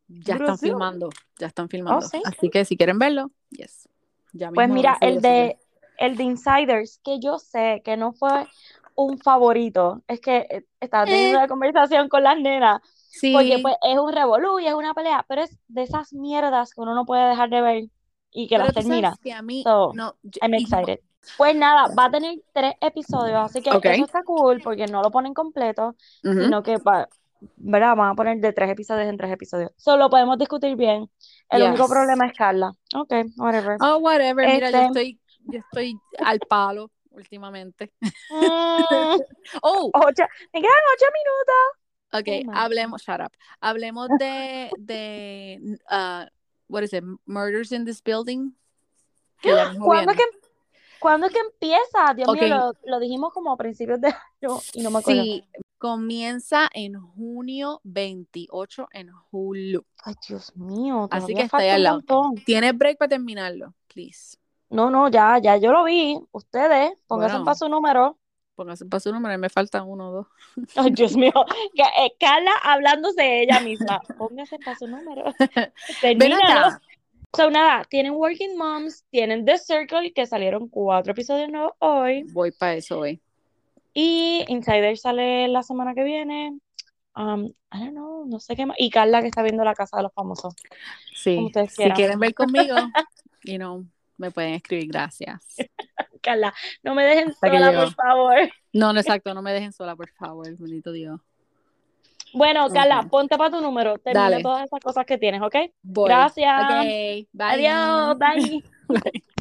[SPEAKER 3] ya están
[SPEAKER 2] Brasil.
[SPEAKER 3] filmando, ya están filmando.
[SPEAKER 2] Oh, sí.
[SPEAKER 3] Así que si quieren verlo, yes. Ya
[SPEAKER 2] Pues
[SPEAKER 3] mismo
[SPEAKER 2] mira,
[SPEAKER 3] van a
[SPEAKER 2] el
[SPEAKER 3] salir, así
[SPEAKER 2] de, el de Insiders, que yo sé que no fue un favorito, es que eh, estaba teniendo
[SPEAKER 3] Eh.
[SPEAKER 2] una conversación con las nenas,
[SPEAKER 3] que- Sí,
[SPEAKER 2] porque pues es un revolú y es una pelea, pero es de esas mierdas que uno no puede dejar de ver y que
[SPEAKER 3] pero
[SPEAKER 2] las
[SPEAKER 3] tú sabes
[SPEAKER 2] termina.
[SPEAKER 3] que a mí
[SPEAKER 2] So,
[SPEAKER 3] no, yo-
[SPEAKER 2] I'm
[SPEAKER 3] y como-
[SPEAKER 2] excited. Pues nada, va a tener tres episodios, así que
[SPEAKER 3] Ok.
[SPEAKER 2] eso está cool porque no lo ponen completo,
[SPEAKER 3] Ujú.
[SPEAKER 2] sino que va, ¿verdad? Van a poner de tres episodios en tres episodios. Solo podemos discutir bien. El
[SPEAKER 3] Yes.
[SPEAKER 2] único problema es Carla. Ok, whatever.
[SPEAKER 3] Oh, whatever, mira, yo
[SPEAKER 2] Este-
[SPEAKER 3] estoy, yo estoy al palo últimamente.
[SPEAKER 2] Mm,
[SPEAKER 3] Oh,
[SPEAKER 2] ocho, me quedan ocho minutos.
[SPEAKER 3] Ok,
[SPEAKER 2] Oh, my
[SPEAKER 3] hablemos, shut up. Hablemos de, de uh, what is it, Murders in this Building. Que ya mismo
[SPEAKER 2] ¿Cuándo es,
[SPEAKER 3] viene.
[SPEAKER 2] que, ¿Cuándo es que empieza? Dios
[SPEAKER 3] Ok.
[SPEAKER 2] mío, lo, lo dijimos como a principios de año y no me acuerdo.
[SPEAKER 3] Sí, comienza en junio 28 en Hulu.
[SPEAKER 2] Ay, Dios mío,
[SPEAKER 3] Así
[SPEAKER 2] todavía
[SPEAKER 3] que está ahí
[SPEAKER 2] falta
[SPEAKER 3] al
[SPEAKER 2] un
[SPEAKER 3] lado.
[SPEAKER 2] montón.
[SPEAKER 3] ¿Tienes break para terminarlo? Please.
[SPEAKER 2] No, no, ya, ya yo lo vi. Ustedes, pónganse
[SPEAKER 3] Bueno.
[SPEAKER 2] para su número.
[SPEAKER 3] Póngase para su número, me faltan uno o dos.
[SPEAKER 2] Ay, Dios mío. Que, eh, Carla hablándose de ella misma. Pónganse para su número.
[SPEAKER 3] Ven
[SPEAKER 2] Termínalo.
[SPEAKER 3] acá.
[SPEAKER 2] So, nada, tienen Working Moms, tienen The Circle, que salieron cuatro episodios nuevos hoy.
[SPEAKER 3] Voy para eso hoy.
[SPEAKER 2] Y Insider sale la semana que viene. Um, I don't know, no sé qué más. Y Carla que está viendo La Casa de los Famosos. Como
[SPEAKER 3] Sí.
[SPEAKER 2] ustedes
[SPEAKER 3] Si
[SPEAKER 2] quieran.
[SPEAKER 3] quieren ver conmigo, you know, me pueden escribir. Gracias.
[SPEAKER 2] Carla, no me dejen
[SPEAKER 3] Hasta que
[SPEAKER 2] sola,
[SPEAKER 3] llegó.
[SPEAKER 2] por favor.
[SPEAKER 3] No, no, exacto. No me dejen sola, por favor. Bendito Dios.
[SPEAKER 2] Bueno, Carla,
[SPEAKER 3] Ok.
[SPEAKER 2] ponte para tu número. Termina
[SPEAKER 3] Dale.
[SPEAKER 2] todas esas cosas que tienes, ¿ok?
[SPEAKER 3] Voy.
[SPEAKER 2] Gracias.
[SPEAKER 3] Okay, bye.
[SPEAKER 2] Adiós. Bye.
[SPEAKER 3] Bye.